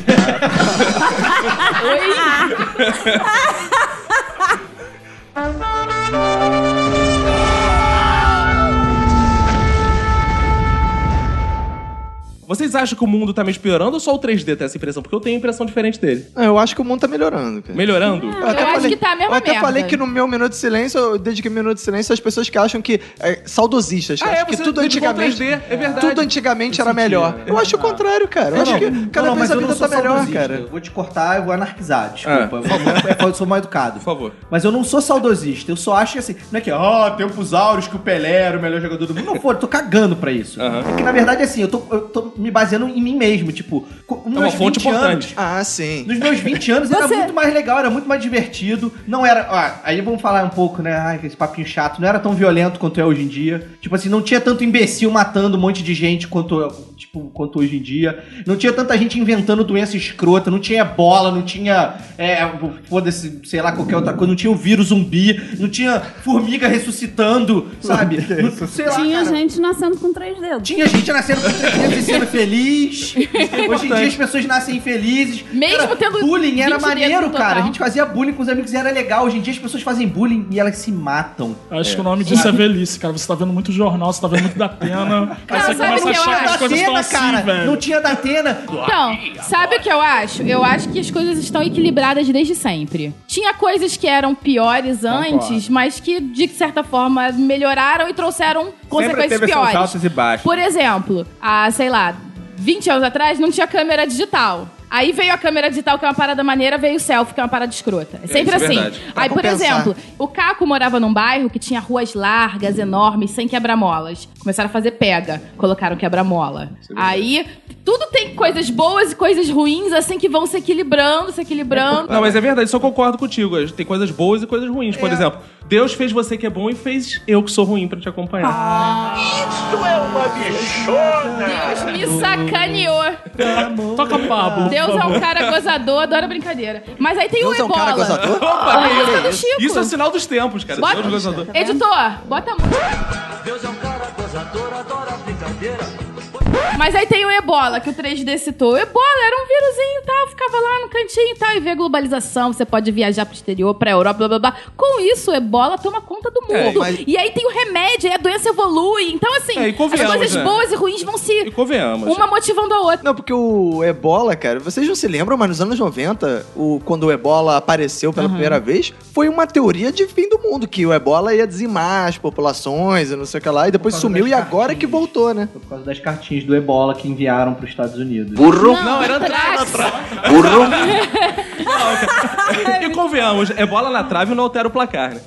A: Vocês acham que o mundo tá melhorando ou só o 3D tem essa impressão? Porque eu tenho a impressão diferente dele.
B: Ah, Eu acho que o mundo tá melhorando, cara.
A: Melhorando?
C: Eu acho que tá a mesma
B: Eu até
C: merda.
G: É.
B: falei que no meu Minuto de Silêncio, eu dediquei o Minuto de Silêncio às pessoas que acham que... É, saudosistas.
A: Ah,
B: acham
A: é,
B: que
A: você
B: tudo
A: dedicou ao
B: antigamente...
A: 3D, é verdade.
B: Tudo antigamente era melhor. Eu acho o contrário, cara. Eu acho que cada
G: Ah. Não, não,
B: vez
G: mas
B: a
G: eu
B: vida
G: não sou
B: tá melhor,
G: saudosista.
B: cara.
G: Eu vou te cortar, eu vou anarquizar,
A: Ah.
G: desculpa. Eu, vou- eu sou mal educado.
A: Por favor.
G: Mas eu não sou saudosista, eu só acho que assim, não é que, ó, tempos áureos que o Pelé era o melhor jogador do mundo. Não foi, eu tô cagando pra isso.
A: Aham.
G: É que na verdade, assim, eu tô, eu tô me baseando em mim mesmo, tipo, com meus
A: É uma fonte
G: 20 anos-
A: importante.
B: Ah, sim.
G: nos meus 20 anos era
D: Você-
G: muito mais legal, era muito mais divertido. Não era. ó, aí vamos falar um pouco, né? Ai, esse papinho chato. Não era tão violento quanto é hoje em dia. Tipo assim, não tinha tanto imbecil matando um monte de gente quanto, tipo, quanto hoje em dia. Não tinha tanta gente inventando doença escrota. Não tinha bola, não tinha. É, foda-se, sei lá, qualquer outra coisa. Não tinha o vírus zumbi. Não tinha formiga ressuscitando, sabe? Não- sei lá,
D: Tinha
G: cara.
D: gente nascendo com três dedos.
G: Tinha gente nascendo com três dedos e sendo feliz. Hoje em dia as pessoas nascem infelizes.
C: é Mesmo
G: Cara,
C: tendo
G: Bullying era
C: 20
G: maneiro,
C: dedos no
G: cara. A
C: total.
G: gente fazia bullying com os amigos e era legal. Hoje em dia as pessoas fazem bullying e elas se matam.
F: Acho que o nome disso é velhice, cara. Você tá vendo muito jornal, você tá vendo muito da pena. aí
C: Cara,
F: você
C: sabe
F: começa a
C: que eu
F: achar que
C: acho?
F: as coisas estão
G: Datena,
F: assim,
G: cara.
F: velho.
G: Não tinha Datena.
C: Então, sabe o que eu acho? Eu acho que as coisas estão equilibradas desde sempre. Tinha coisas que eram piores antes, mas que, de certa forma, melhoraram e trouxeram consequências
E: teve seus
C: piores.
E: altos e baixos. É
C: Por exemplo, há, sei lá, 20 anos atrás não tinha câmera digital. Aí veio a câmera digital, que é uma parada maneira, veio o selfie, que é uma parada escrota. É sempre
A: isso é
C: assim.
A: verdade.
C: Aí, por
B: compensar.
C: exemplo, o Caco morava num bairro que tinha ruas largas, enormes, sem quebra-molas. Começaram a fazer pega, colocaram quebra-mola.
A: é
C: Aí, tudo tem coisas boas e coisas ruins, assim, que vão se equilibrando, se equilibrando.
A: Não, mas é verdade, isso eu concordo contigo. Tem coisas boas e coisas ruins.
C: É.
A: Por exemplo, Deus fez você que é bom e fez eu que sou ruim pra te acompanhar.
C: Ah. Deus me sacaneou.
F: Toca Pablo.
C: Deus é um cara gozador, adora brincadeira. Mas aí tem
B: Deus
C: o
B: é um
C: Ebola.
B: cara gozador?
C: Olha a música Ah, do Chico.
A: Isso é sinal dos tempos, cara. é um
C: Bota-
A: Sinal de gozador.
C: Editor, bota a música. Mas aí tem o ebola, que o 3D citou. O ebola era um vírusinho e tal, ficava lá no cantinho e tal, e vê a globalização, você pode viajar pro exterior, pra Europa, blá blá blá. Com isso, o ebola toma conta do
A: É,
C: mundo. E aí tem o remédio, aí a doença evolui. Então, assim,
A: É, e
C: as
A: convenhamos,
C: coisas
A: né?
C: boas e ruins vão
A: E
C: se.
A: convenhamos.
C: Uma motivando a outra.
B: Não, porque o ebola, cara, vocês não se lembram, mas nos anos 90, o, quando o ebola apareceu pela primeira vez, foi uma teoria de fim do mundo, que o ebola ia dizimar as populações e não sei o que lá, e depois
G: Por causa
B: sumiu
G: das
B: e agora que
G: cartinhas.
B: voltou, né?
G: Por causa das cartinhas do Ebola que enviaram pros Estados Unidos.
C: Não, era Antrax.
A: E convenhamos, é bola na trave e não altera o placar, né?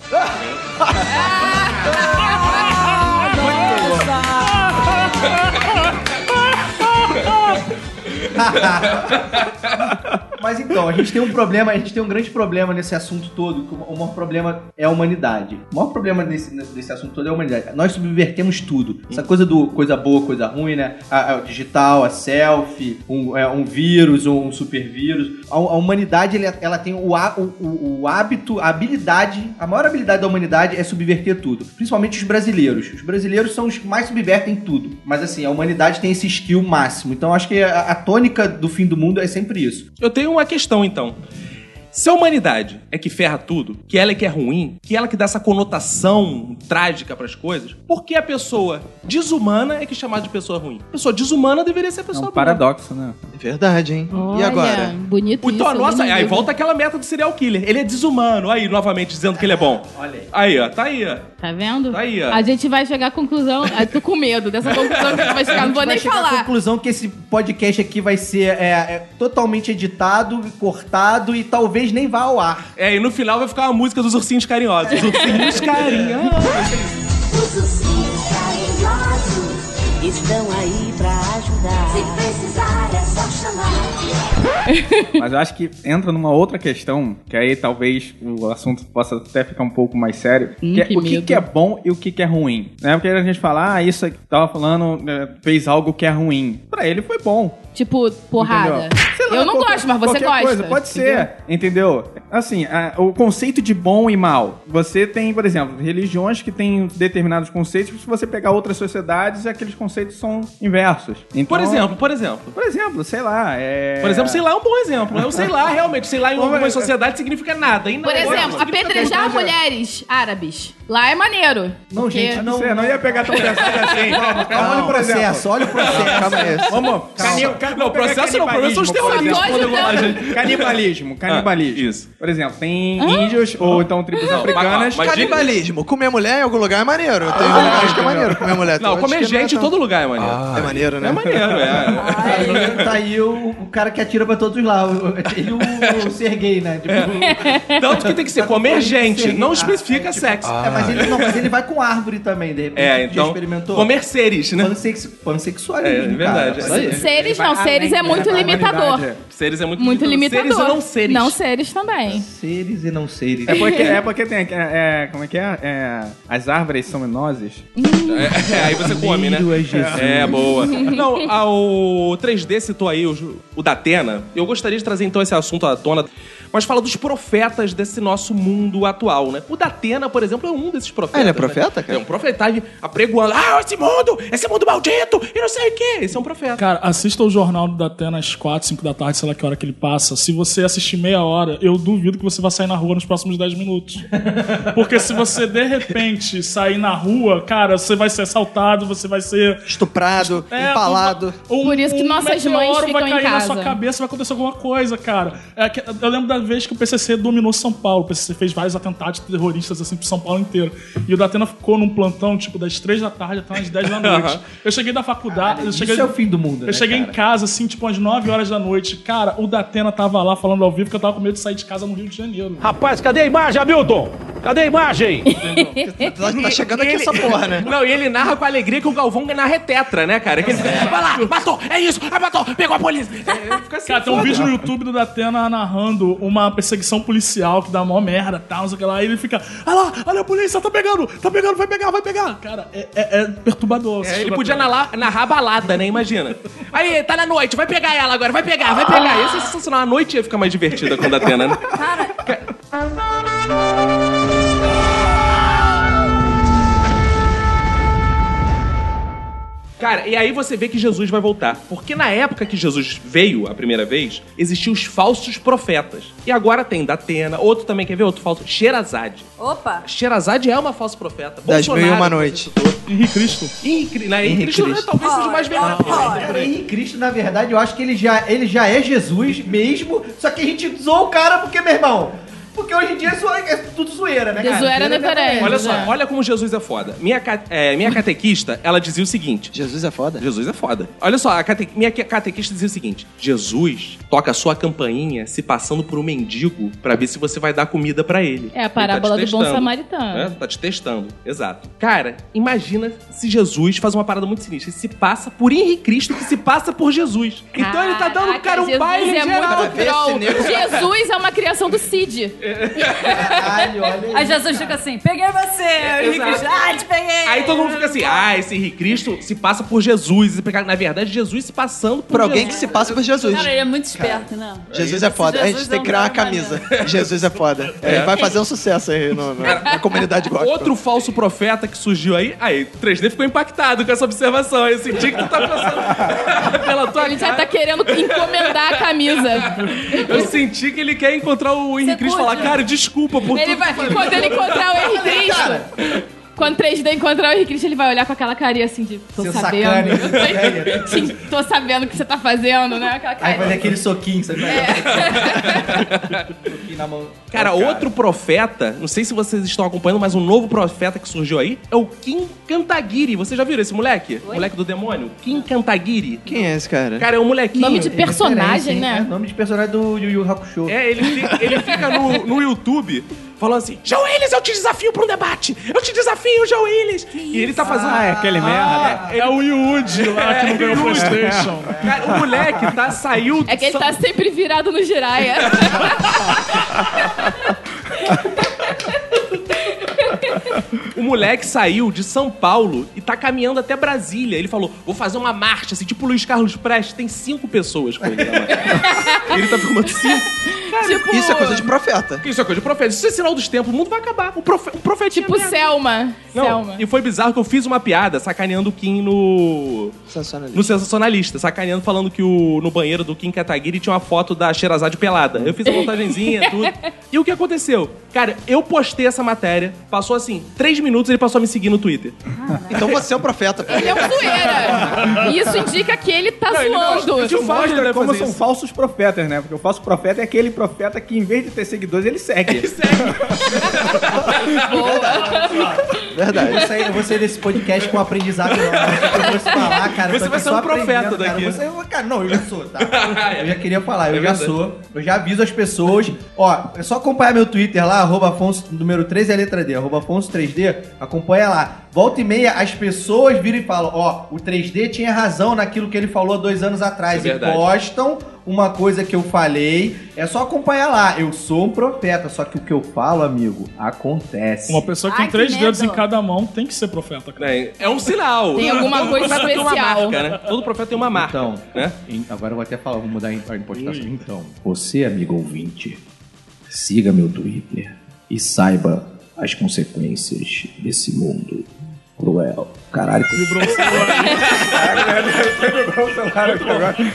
G: Mas então, a gente tem um problema, a gente tem um grande problema nesse assunto todo. que O maior problema é a humanidade. O maior problema desse, desse assunto todo é a humanidade. Nós subvertemos tudo. Essa coisa do coisa boa, coisa ruim, né? A, a- o digital, a selfie, um, é, um vírus ou um super vírus. A, a humanidade, ele- ela tem o, há- o- o- o hábito, a habilidade, a maior habilidade da humanidade é subverter tudo. Principalmente os brasileiros. Os brasileiros são os que mais subvertem tudo. Mas assim, a humanidade tem esse skill máximo. Então acho que a- a tônica do fim do mundo é sempre isso.
A: Eu tenho uma questão, então. Se a humanidade é que ferra tudo, que ela é que é ruim, que ela é que dá essa conotação trágica pras coisas, por que a pessoa desumana é que é chamada de pessoa ruim? Pessoa desumana deveria ser a
E: É
A: pessoa
E: um
A: boa.
E: paradoxo, né?
B: É verdade, hein? e
C: Olha,
B: agora?
C: Bonito
A: Então,
C: isso,
A: a nossa. Aí
C: bonito.
A: volta aquela meta do serial killer. Ele é desumano. Aí, novamente, dizendo que ele é bom.
G: Olha aí.
A: Aí, ó, tá aí, ó.
C: Tá vendo?
A: Tá aí, ó.
C: A gente vai chegar à conclusão. Ah, tô com medo dessa conclusão que a gente vai chegar. Não vou
G: vai
C: nem
G: chegar à
C: falar.
G: conclusão que esse podcast aqui vai ser é, é, totalmente editado, cortado e talvez nem vá ao ar.
A: É, e no final vai ficar uma música dos ursinhos carinhosos. Os ursinhos carinhosos.
H: Os ursinhos carinhosos
I: Estão aí pra ajudar.
H: Se precisar é só chamar
E: Mas eu acho que entra numa outra questão, que aí talvez o assunto possa até ficar um pouco mais sério.
C: Hum,
E: que é
C: que
E: o que,
C: medo.
E: que é bom e o que, que é ruim. Né? Porque a gente fala, ah, isso aqui tava falando, né, fez algo que é ruim. Pra ele foi bom.
C: Tipo, porrada.
E: Entendeu? Sei lá,
C: eu não
E: qualquer-
C: gosto, mas você
E: qualquer
C: gosta.
E: Coisa, pode ser, entendeu? assim, a- o conceito de bom e mal. Você tem, por exemplo, religiões que têm determinados conceitos, se você pegar outras sociedades, aqueles conceitos são inversos. Então-
A: Por exemplo, por exemplo.
E: Por exemplo, sei lá, é...
A: Por exemplo, sei lá é um bom exemplo. Eu sei lá, realmente, sei lá em algumas sociedades significa nada. E na
C: Por
A: outra
C: exemplo,
A: significa
C: apedrejar
A: coisa.
C: mulheres árabes. Lá é maneiro.
E: Não,
C: porque-
E: gente, não,
G: é,
E: não ia pegar tão pesado assim. Calma,
G: Olha o é processo, olha o processo.
E: Calma
G: aí.
E: Vamos, canil, ca-
A: Não,
E: vamos pegar
A: processo não, o problema são os Ah,
E: canibalismo, por
C: teóricos.
E: exemplo.
C: Tô
E: Canibalismo, canibalismo. isso. Por exemplo, tem índios ou então tribos
A: Não, mas-
E: africanas.
A: mas-
B: Canibalismo. Comer mulher em algum lugar é maneiro. Tem
G: Ah,
B: um lugar que é maneiro comer mulher. Tem
A: Não,
B: outros
A: comer
B: que não é
A: gente em
B: tanto.
A: todo lugar é maneiro.
B: É
G: Ah.
B: maneiro, né?
A: É maneiro, é.
G: Aí, tá aí o, o cara que atira pra todos lá. o- o- Ele e o, o Sergei, né? Tipo,
A: É. Tanto que tem que ser comer gente, não especifica sexo.
G: é, mas ele, não, mas ele vai com árvore também, de repente.
A: É,
G: Já
A: então,
G: experimentou.
A: comer seres, né?
G: Pansex, pansexualismo.
A: É, é verdade, é
G: cara.
A: isso aí.
C: Seres não, seres é muito limitador.
A: Seres é muito,
C: Muito limitador.
A: Seres ou não seres.
C: Não seres também.
G: Seres e não seres.
E: É porque, é porque tem. aqui- É, é- como é que é? É, As árvores são nozes.
A: É, aí você come, né?
E: Lindo é Jesus.
A: É, boa. Não, a- o 3D citou aí o, o da Atena. Eu gostaria de trazer então esse assunto à tona, mas fala dos profetas desse nosso mundo atual, né? O da Atena, por exemplo, é um desses profetas.
B: Ah, ele é
A: né?
B: profeta, cara?
A: É um profeta aí apregoando. Ah, esse mundo! Esse mundo maldito! E não sei o quê. Esse é um profeta.
F: Cara, assista o jornal da Atena às 4, 5 da tarde, sei lá que hora que ele passa. Se você assistir meia hora, eu duvido que você vai sair na rua nos próximos 10 minutos. Porque se você de repente sair na rua, cara, você vai ser assaltado, você vai ser.
B: Estuprado,
F: É,
B: empalado.
F: um- um-
C: Por isso que
F: um
C: nossas
F: meteoro
C: mães ficam
F: vai
C: em
F: cair na
C: casa.
F: sua cabeça, vai acontecer alguma coisa, cara. É que- eu lembro da vez que o PCC dominou São Paulo. O PCC fez vários atentados terroristas, assim, pro São Paulo inteiro. E o Datena ficou num plantão, tipo, das 3 da tarde até umas 10 da noite.
A: Aham.
F: Eu cheguei da faculdade... eu
G: Isso
F: cheguei...
G: é o fim do mundo,
F: Eu
G: né,
F: cheguei em
G: cara?
F: casa, assim, tipo, às 9 horas da noite. Cara, o Datena tava lá falando ao vivo que eu tava com medo de sair de casa no Rio de Janeiro.
J: Rapaz, cadê a imagem, Hamilton? Cadê a imagem?
B: Tá, tá chegando aqui essa porra, né?
A: Não, e ele narra com a alegria que o Galvão narra é tetra, né, cara? Que ele, Vai lá, matou, é isso, ah, matou, pegou a polícia. É, fica assim,
F: Cara, tem um
A: foda.
F: vídeo no YouTube do Datena narrando uma perseguição policial que dá mó merda, tal, não sei o que lá. Aí ele fica, olha lá, olha a polícia, tá pegando, tá pegando, vai pegar, vai pegar. Cara, é, é- é perturbador.
A: É,
F: assistir
A: ele
F: o
A: podia
F: Datena.
A: narrar, narrar balada, né? Imagina. Aí, tá na noite, vai pegar ela agora, vai pegar, vai pegar. Isso é sensacional. A noite ia ficar mais divertida quando a Atena, né? Cara, e aí você vê que Jesus vai voltar. Porque na época que Jesus veio a primeira vez, existiam os falsos profetas. E agora tem da Atena, outro também, quer ver outro falso? Xerazade.
D: Opa!
A: Xerazade é uma falsa profeta.
B: Das mil e uma
A: Bolsonaro, é um
B: noite.
F: Henri Cristo.
A: Incri... Na Henri
B: Henri
A: né, Cristo, é
B: Cristo.
A: talvez seja o mais verdade.
G: Cara, em Cristo, na verdade, eu acho que ele já, ele já é Jesus mesmo, só que a gente zoou o cara porque, meu irmão, porque hoje em dia isso é, é tudo zoeira, né,
C: De
G: cara?
C: zoeira não é vereda.
A: Olha só,
C: É.
A: olha como Jesus é foda. Minha, ca- é, minha catequista, ela dizia o seguinte:
B: Jesus é foda.
A: Jesus é foda. Olha só, a cate- minha que- catequista dizia o seguinte: Jesus toca a sua campainha se passando por um mendigo pra ver se você vai dar comida pra ele.
C: É a
A: Ele tá te
C: parábola do bom
A: testando,
C: samaritano.
B: Ah.
A: né? Tá te testando, exato. Cara, imagina se Jesus faz uma parada muito sinistra. Ele se passa por Henri Cristo que se passa por Jesus. Então ele tá dando o cara um
C: Jesus
A: baile
C: é
A: geral.
C: muito
B: ver
C: troll.
B: esse nego-
C: Jesus é uma criação do Cid.
G: Caralho, olha
D: Aí Jesus fica assim, peguei você! Aí ele
A: exato.
D: diz, ah, te peguei!
A: Aí todo mundo fica assim, ah, esse Henri Cristo se passa por Jesus. Na verdade, Jesus se passando por,
B: Pra alguém que
A: Jesus.
B: se passa por Jesus.
D: Cara, ele é muito esperto, né?
B: Jesus é foda. A gente
D: Jesus
B: tem que criar
D: é
B: uma
D: um cara
B: camisa. Jesus é foda. É, Vai fazer um sucesso aí no- no- na comunidade gospel.
A: Outro falso profeta que surgiu aí. Aí, 3D ficou impactado com essa observação. Esse dia que tu tá passando pela tua
C: Ele já tá
A: cara.
C: querendo encomendar a camisa.
A: Eu senti que ele quer encontrar o Henrique Cristo e falar,
D: curte?
A: cara, desculpa por
C: Ele
A: tudo.
C: vai, quando ele encontrar o Henrique Cristo. Quando 3D encontrar o Henrique Cristo, ele vai olhar com aquela carinha assim de. Tô
G: Seu
C: sabendo.
G: sacane.
C: Eu tô- Sim, tô sabendo o que você tá fazendo, né? Aquela
G: Aí vai
C: cara.
G: dar aquele soquinho, sabe? soquinho na mão.
A: Cara, outro profeta, não sei se vocês estão acompanhando, mas um novo profeta que surgiu aí é o Kim Kantagiri. Vocês já viram esse moleque? Moleque do demônio? Kim Kantagiri.
B: Quem é esse cara?
A: Cara, é um molequinho.
C: Nome de personagem,
G: É
C: né?
G: nome de personagem do Yu Yu Hakusho.
A: É, ele, fi- ele fica no, no YouTube falando assim: João Willis, eu te desafio pra um debate! Eu te desafio, João Willis! E ele tá fazendo.
E: Ah, é aquele merda. É,
F: É o Yude lá que não ganhou o Playstation.
A: Cara, o moleque tá, saiu.
C: É que ele tá sempre virado no Jiraiya.
A: O moleque saiu de São Paulo e tá caminhando até Brasília. Ele falou: vou fazer uma marcha, assim, tipo o Luiz Carlos Prestes, tem cinco pessoas com ele na marcha. ele tá filmando cinco.
C: Tipo-
B: Isso é coisa de profeta.
A: Isso é coisa de profeta. Isso é sinal dos tempos. O mundo vai acabar. O, profe... o profetinha
C: Tipo
A: merda.
C: Selma.
A: Não,
C: Selma.
A: e foi bizarro que eu fiz uma piada sacaneando o Kim no.
B: Sensacionalista.
A: No Sensacionalista, sacaneando falando que o, no banheiro do Kim Kataguiri tinha uma foto da Xerazade pelada. Eu fiz a montagenzinha e tudo. E o que aconteceu? Cara, eu postei essa matéria, passou assim, três minutos ele passou a me seguir no Twitter.
B: Então você é o profeta.
C: Ele é um zoeira. E Isso indica que ele tá zoando.
E: Isso mostra
A: é
E: como são falsos profetas, né? Porque o falso profeta é aquele profeta que, em vez de ter seguidores, ele segue. Ele
A: segue. né?
G: Verdade. Eu vou, sair, eu vou sair desse podcast com um aprendizado. não. Eu vou falar, cara. eu tô
A: Você vai
G: aqui
A: ser
G: só
A: um profeta
G: aprendendo,
A: daqui.
G: Cara. Eu vou sair- eu vou- cara, não, eu já sou, tá? Eu já queria falar, eu
A: É
G: já
A: verdade.
G: sou. Eu já aviso as pessoas. Ó, é só acompanhar meu Twitter lá, arroba Afonso número 3 é a letra D, arroba Afonso 3D, acompanha lá. Volta e meia, as pessoas viram e falam, ó, o 3D tinha razão naquilo que ele falou há dois anos atrás.
A: É
G: e
A: verdade.
G: postam uma coisa que eu falei. É só acompanhar lá. Eu sou um profeta, só que o que eu falo, amigo, acontece.
F: Uma pessoa que tem
G: Ai, que
F: três
G: medo.
F: dedos em cada mão tem que ser profeta, cara.
A: É, é um sinal.
F: Tem alguma
A: Todo
F: coisa
A: profeta tem uma
F: especial.
A: marca, né? Todo profeta tem uma marca.
G: Então,
A: né?
G: em- agora eu vou até falar, vou mudar a impostação. Então,
J: Você, amigo ouvinte, siga meu Twitter e saiba as consequências desse mundo cruel. Caralho.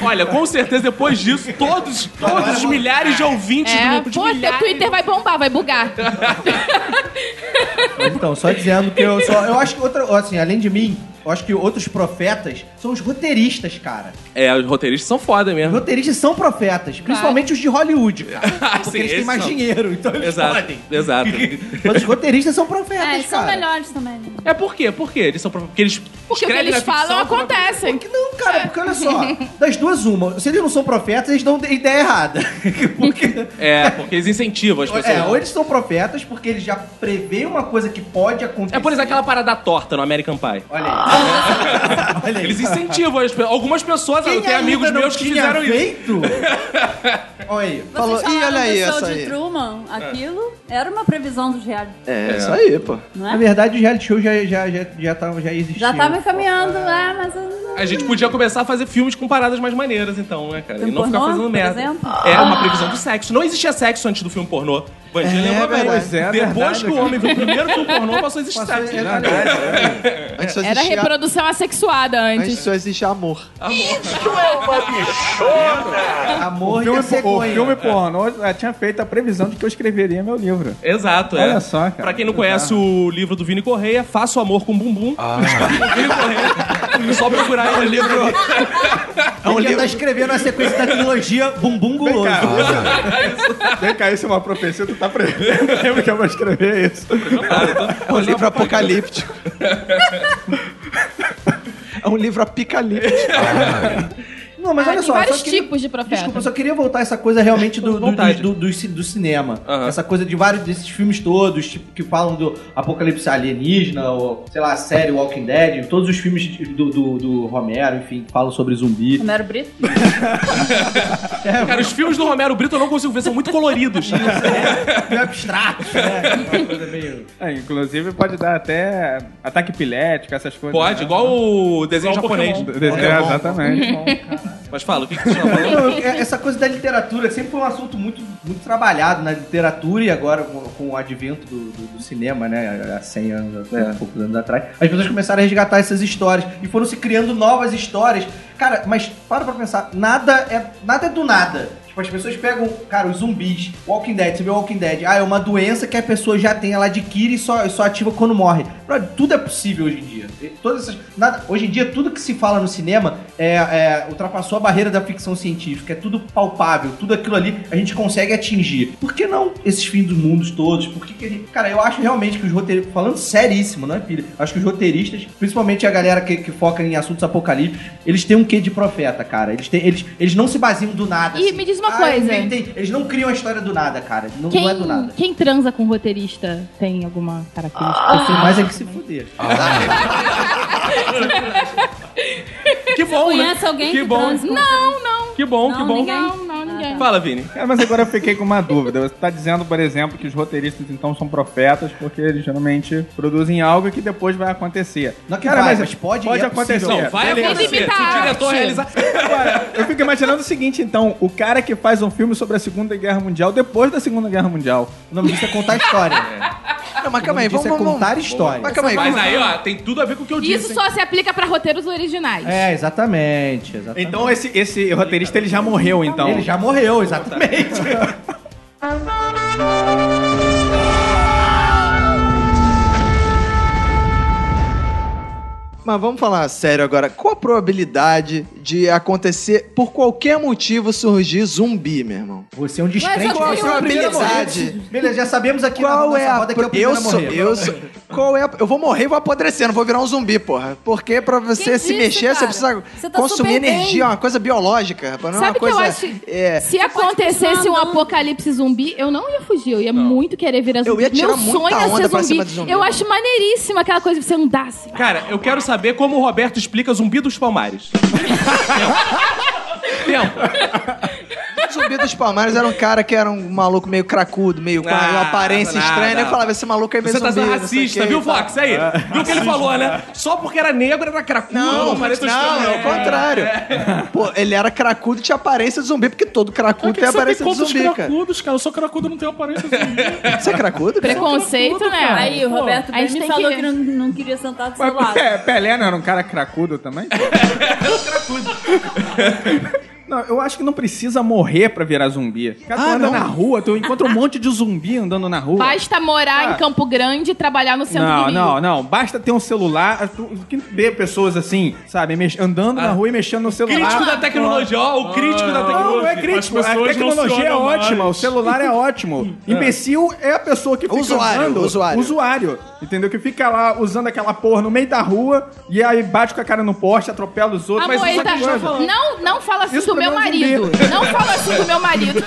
A: Olha, com certeza depois disso, todos, todos os milhares de ouvintes do
C: É,
A: grupo de
C: pô, teu Twitter vai bombar, vai bugar.
G: Então, só dizendo que eu só. Eu acho que outra. Assim, além de mim, eu acho que outros profetas são os roteiristas, cara.
A: É, os roteiristas são foda mesmo.
G: Os roteiristas são profetas, principalmente os de Hollywood, cara. Porque
A: Sim,
G: eles têm
A: esses
G: mais
A: Assim, são.
G: dinheiro, então eles
A: Exato,
G: podem.
A: exato.
G: Mas os roteiristas são profetas,
D: É,
G: cara.
D: eles são melhores também. né?
A: É por quê? Por quê? Eles são prof- porque eles
C: Porque o que
A: escrevem
C: eles
A: na é ficção né?
C: falam
A: como-
C: acontece.
G: É Não,
D: É.
G: cara, porque olha só, das duas, uma. Se eles não são profetas, eles dão ideia errada.
A: É, porque eles incentivam as pessoas.
G: É, ou eles são profetas porque eles já preveem uma coisa que pode acontecer.
A: É, por exemplo, aquela parada torta no American Pie.
G: Olha aí.
A: Eles incentivam as pe- algumas pessoas. eu tenho amigos meus que fizeram isso.
G: Olha aí.
D: Vocês
B: Falou,
D: falaram
B: ih, olha
D: do
B: aí
D: show
B: essa
D: de
B: aí.
D: Truman, aquilo era uma previsão dos reality.
B: É, isso aí, pô.
D: Não é?
G: Na verdade, o reality show já, já, já, já, tava, já existia.
D: Já tava encaminhando, é, mas...
A: A gente podia começar a fazer filmes com paradas mais maneiras, então, né, cara?
D: Filme
A: e não ficar
D: pornô,
A: fazendo
D: por
A: merda.
D: exemplo?
A: É uma previsão do sexo. Não existia sexo antes do filme pornô. Vandinha
B: É
A: lembrou bem.
B: verdade. Pois é, é
A: Depois
B: verdade,
A: que o
B: cara.
A: homem viu o primeiro filme pornô, passou a existir
B: Passou a-
A: sexo.
B: é verdade, Antes só
C: Era
B: existia-
C: reprodução assexuada
B: Antes
C: antes.
B: só existia amor.
D: é
G: Amor
E: o
G: e a
A: é
E: filme, o
G: cegonha.
E: filme pornô já tinha feito a previsão de que eu escreveria meu livro.
A: Exato, é.
E: Olha só, cara.
A: Pra quem não conhece o livro do Vini Correia, Faça o Amor com Bumbum. Vini Correia. É só procurar ele ali.
G: É um livro. tá escrevendo a sequência da trilogia Bumbum Guloso.
E: Vem cá, isso é uma profecia, tu tá prevendo mesmo que eu vou escrever isso.
B: É um livro apocalíptico. é um livro apocalíptico.
G: Não, mas
C: Ah,
G: olha
C: tem
G: só. eu
C: vários
G: só queria-
C: tipos de profeta.
G: Desculpa, eu só queria voltar a essa coisa realmente do, do,
A: vontade.
G: do, do, ci- do cinema. Essa coisa de vários desses filmes todos, tipo, que falam do Apocalipse Alienígena, ou, sei lá, a série Walking Dead, todos os filmes de- do, do, do Romero, enfim, que falam sobre zumbi.
D: Romero Brito.
A: Cara, os filmes do Romero Brito eu não consigo ver, são muito coloridos.
G: Meio abstrato, né? Uma coisa meio.
E: É, inclusive pode dar até ataque epilético, essas coisas.
A: Pode,
E: né?
A: igual o desenho
F: Igual o
A: japonês.
F: Pokémon.
E: Desenho,
G: Olha, bom,
E: exatamente.
A: Mas fala, o que, que você tá falando?
G: Não, eu- é- essa coisa da literatura sempre foi um assunto muito, muito trabalhado na literatura e agora com, com o advento do, do- do cinema, né? Há 100 anos, há poucos anos atrás, as pessoas começaram a resgatar essas histórias e foram se criando novas histórias. Cara, mas para pra pensar, nada é, nada é do nada. Tipo, as pessoas pegam, cara, os zumbis, Walking Dead, você vê Walking Dead, ah, é uma doença que a pessoa já tem, ela adquire e só, e só ativa quando morre. Brother, tudo é possível hoje em dia. E Todas essas, nada, hoje em dia, tudo que se fala no cinema é, é, ultrapassou a barreira da ficção científica, é tudo palpável, tudo aquilo ali a gente consegue atingir. Por que não esses fins dos mundos todos? Por que, que a gente. Cara, eu acho realmente que os roteiristas. Falando seríssimo, não é, filho? Acho que os roteiristas, principalmente a galera que, que foca em assuntos apocalípticos, eles têm um quê de profeta, cara. Eles, têm, eles, eles não se baseiam do nada. assim. Ah,
C: E me diz uma
G: eu
C: coisa."
G: inventei." Eles não criam a história do nada, cara. Não,
C: Quem,
G: não é do nada.
C: quem transa com roteirista tem alguma característica? Assim?
G: Você mais é que se fuder.
A: Que bom, né?
D: Conhece alguém
A: que
D: que
A: bom.
D: transa com-
A: né?
C: Não, não,
A: Que bom, que
D: Não,
A: bom.
D: ninguém.
C: não, não, ninguém. Ah, tá.
A: Fala, Vini.
E: Cara, É, mas agora eu fiquei com uma dúvida. Você tá dizendo, por exemplo, que os roteiristas então são profetas porque eles geralmente produzem algo que depois vai acontecer.
G: Não que vai, mas pode e é
E: acontecer.
G: possível. Não, vai
E: Beleza.
D: é
A: acontecer. Se o diretor realizar-
E: Agora, eu fico imaginando o seguinte, então. O cara que faz um filme sobre a Segunda Guerra Mundial depois da Segunda Guerra Mundial.
G: O nome disso é contar história.
B: Não, mas calma aí, vamos, vamos
G: é contar história.
B: Mas calma aí,
A: Mas
B: vamos-
A: aí, ó, tem tudo a ver com o que eu disse.
C: Isso só se aplica pra roteiros originais.
G: É, exatamente, exatamente.
E: Então esse, esse roteirista ele já morreu, então.
G: Ele já morreu, exatamente.
B: Mas vamos falar sério agora. Qual a probabilidade de acontecer, por qualquer motivo, surgir zumbi, meu irmão?
G: Você é um
B: Mas
G: descrente.
B: qual a
G: Você é o primeiro a morrer.
B: probabilidade?
G: Beleza, já sabemos aqui
B: Qual
G: na
B: é a.
G: roda que é o
B: pro- eu
G: primeiro a
B: sou.
G: morrer.
B: Eu sou. Qual é a- Eu vou morrer e vou apodrecer, não vou virar um zumbi, porra. Porque pra você
C: Quem
B: se
C: disse,
B: mexer, você
C: cara?
B: precisa
C: Você tá
B: consumir
C: super bem.
B: energia, é uma coisa biológica, rapaz. Não é
C: Sabe
B: uma
C: o que eu
B: coisa.
C: acho?
B: é,
C: Se acontecesse um apocalipse zumbi, eu não ia fugir, eu ia muito querer virar
B: Eu
C: zumbi.
B: ia tirar
C: Meu
B: muita
C: sonho é
B: onda
C: ser
B: pra
C: zumbi.
B: cima de zumbi,
C: Eu
B: mano.
C: acho maneiríssima aquela coisa de você andar assim.
A: Cara, eu quero saber como o Roberto explica Zumbi dos Palmares. Tempo.
B: O zumbi dos Palmares era um cara que era um maluco meio cracudo, meio com
A: Ah,
B: uma aparência
A: não,
B: estranha.
A: não.
B: né? Eu falava, esse maluco é meio
A: Você tá
B: zumbi.
A: sendo
B: não sei o
A: racista,
B: quê
A: viu,
B: e tal. É.
A: Fox? Aí, viu o que ele falou, né? Só porque era negro era cracudo.
B: Não,
A: parece
B: não,
A: né?
B: é o contrário. Pô, ele era cracudo e tinha aparência de zumbi, porque todo cracudo tem
F: Você tem
B: aparência de
F: contra os
B: zumbi, cara.
F: cracudos, cara. Eu sou cracudo, eu não tenho aparência de zumbi.
B: Você é cracudo?
G: um
B: cara?
C: Preconceito, né?
D: Aí o
C: Pô,
D: Roberto
C: a
D: bem
C: gente
D: me
C: tem
D: falou
C: que-
D: que, não, não queria sentar do seu
E: Mas
D: lado.
E: Pe- Pelé não era um cara cracudo também? Não, eu acho que não precisa morrer pra virar zumbi. Cara, tu
B: Ah,
E: anda
B: não.
E: na rua, tu encontra um monte de zumbi andando na rua.
C: Basta um morar
E: Ah.
C: em Campo Grande e trabalhar no centro do
E: Não,
C: Rio.
E: não, não. Basta ter um celular, tu que vê pessoas assim, sabe, mex- andando na rua e mexendo no celular.
A: Crítico
B: Ah,
A: da tecnologia, ó, o crítico da
E: Não,
A: tecnologia.
E: não é crítico.
F: As
E: A
F: pessoas não se
E: tecnologia é
F: olham mais.
E: ótima, o celular é ótimo. Imbecil é a pessoa que fica
B: Usuário,
E: usando,
B: usuário.
E: usuário, entendeu? Que fica lá usando aquela porra no meio da rua e aí bate com a cara no poste, atropela os outros,
C: Amor,
E: mas isso
C: ele tá...
E: é coisa.
C: não, não fala assim
E: Isso
C: do
E: pra
C: meu
E: mim é um
C: marido.
E: zumbi.
C: Não fala assim do meu marido.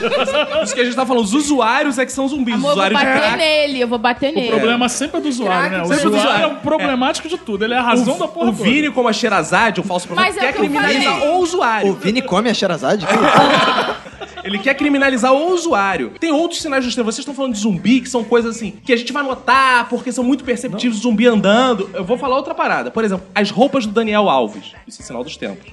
A: Isso que a gente tá falando, os usuários é que são zumbis.
C: Amor, eu vou
A: usuários de
C: bater
A: crack.
C: nele, eu vou bater
F: O
C: nele.
F: problema sempre é do usuário, né? O
A: sempre é do
F: usuário é
A: usuário.
F: o problemático de tudo. Ele é a razão da porra
A: O
F: toda.
A: Vini, como a Xerazade, o falso profeta,
C: Mas é
A: quer
C: o que eu
A: criminalizar
C: falei.
A: o
B: O
A: usuário.
B: Vini come a Xerazade? Que
A: Ele quer criminalizar o usuário. Tem outros sinais dos tempos. Vocês estão falando de zumbi, que são coisas assim, que a gente vai notar, porque são muito perceptíveis, o zumbi andando. Eu vou falar outra parada. Por exemplo, as roupas do Daniel Alves. Isso é sinal dos tempos.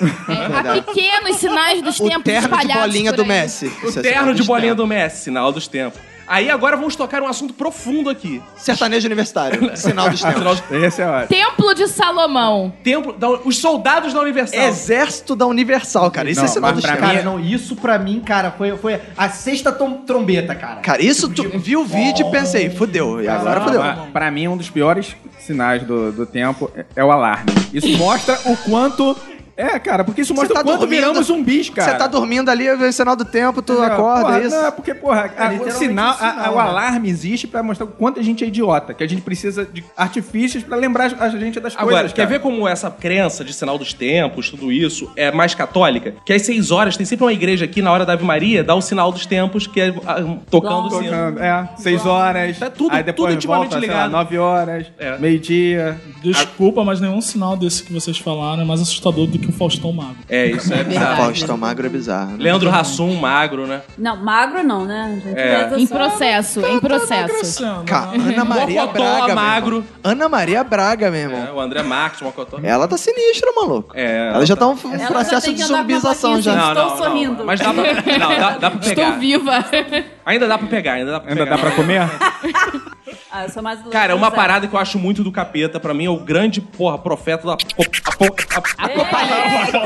C: É, Há pequenos sinais dos
B: O
C: tempos
B: terno de
C: espalhados
B: bolinha
C: por
B: do
C: aí.
B: Messi.
A: O
E: é
A: terno de bolinha do Messi, sinal dos tempos. Aí agora vamos tocar um assunto profundo aqui.
B: Sertanejo universitário. Sinal dos tempos.
E: Esse é ótimo.
C: Templo de Salomão.
A: Templo, da- os soldados da Universal.
B: Exército da Universal, cara. Isso é
E: Não,
B: sinal
E: mas
B: dos
E: pra
B: tempos.
E: mim
G: Cara, não, isso pra mim, cara, foi, foi a sexta tom- trombeta, cara. Tipo,
B: Cara, isso tu viu o vídeo e pensei, fudeu. E agora
E: Não,
B: fudeu.
E: mas Pra mim, um dos piores sinais do, do tempo é, é o alarme. Isso mostra o quanto. É, cara, porque isso mostra
B: tá
E: o quanto
B: dormindo.
E: viramos zumbis, cara.
B: Você tá dormindo ali, vê o sinal do tempo, tu
E: Entendeu?
B: acorda,
E: Porra,
B: isso.
E: Não, é porque, porra, a- o,
G: literalmente
E: sinal,
G: um
E: a- a-
G: sinal,
E: o
G: né?
E: alarme existe pra mostrar o quanto a gente é idiota, que a gente precisa de artifícios pra lembrar a gente das
A: Agora,
E: coisas.
A: quer
E: cara.
A: ver como essa crença de sinal dos tempos, tudo isso, é mais católica? Que às seis horas tem sempre uma igreja aqui na hora da Ave Maria, dá o sinal dos tempos, que é ah, tocando o sino.
E: Tocando, é, seis horas.
A: Tá tudo-
E: aí depois
A: tudo intimamente
E: volta, sei lá,
A: ligado.
E: nove horas,
A: É.
E: meio-dia.
F: Desculpa, mas nenhum sinal desse que vocês falaram é mais assustador do que o Faustão Mago.
A: É, isso é bizarro.
B: Faustão magro é bizarro. Né?
A: Leandro Hassum, magro, né?
D: Não, magro não, né? gente?
A: É.
D: Mas eu
C: Tá. Em
D: sou-
C: processo, em processo.
F: Crescendo.
B: Cara, Ana Maria
A: Mocotó,
B: Braga, meu
A: magro.
B: irmão. Ana Maria Braga, meu irmão.
A: É, o André Marques, o Mocotó.
G: É.
B: Ela tá sinistra, maluco.
A: É,
B: ela,
A: ela
B: já
A: tá-
B: tá um, um
D: Ela
B: processo
D: tem
B: de
D: que andar com uma
B: zumbização
D: plaquinha
B: já.
D: assim, Estou sorrindo.
A: Mas dá pra, não, dá, dá pra pegar.
C: Estou viva.
A: Ainda dá pra pegar, ainda dá pra
E: Ainda
A: pegar.
E: dá pra comer?
D: Ah, eu sou mais
A: Cara, é uma
D: parada.
A: parada que eu acho muito do capeta, pra mim é o grande, porra, profeta da apo- apo- apo-
C: Acopalipse.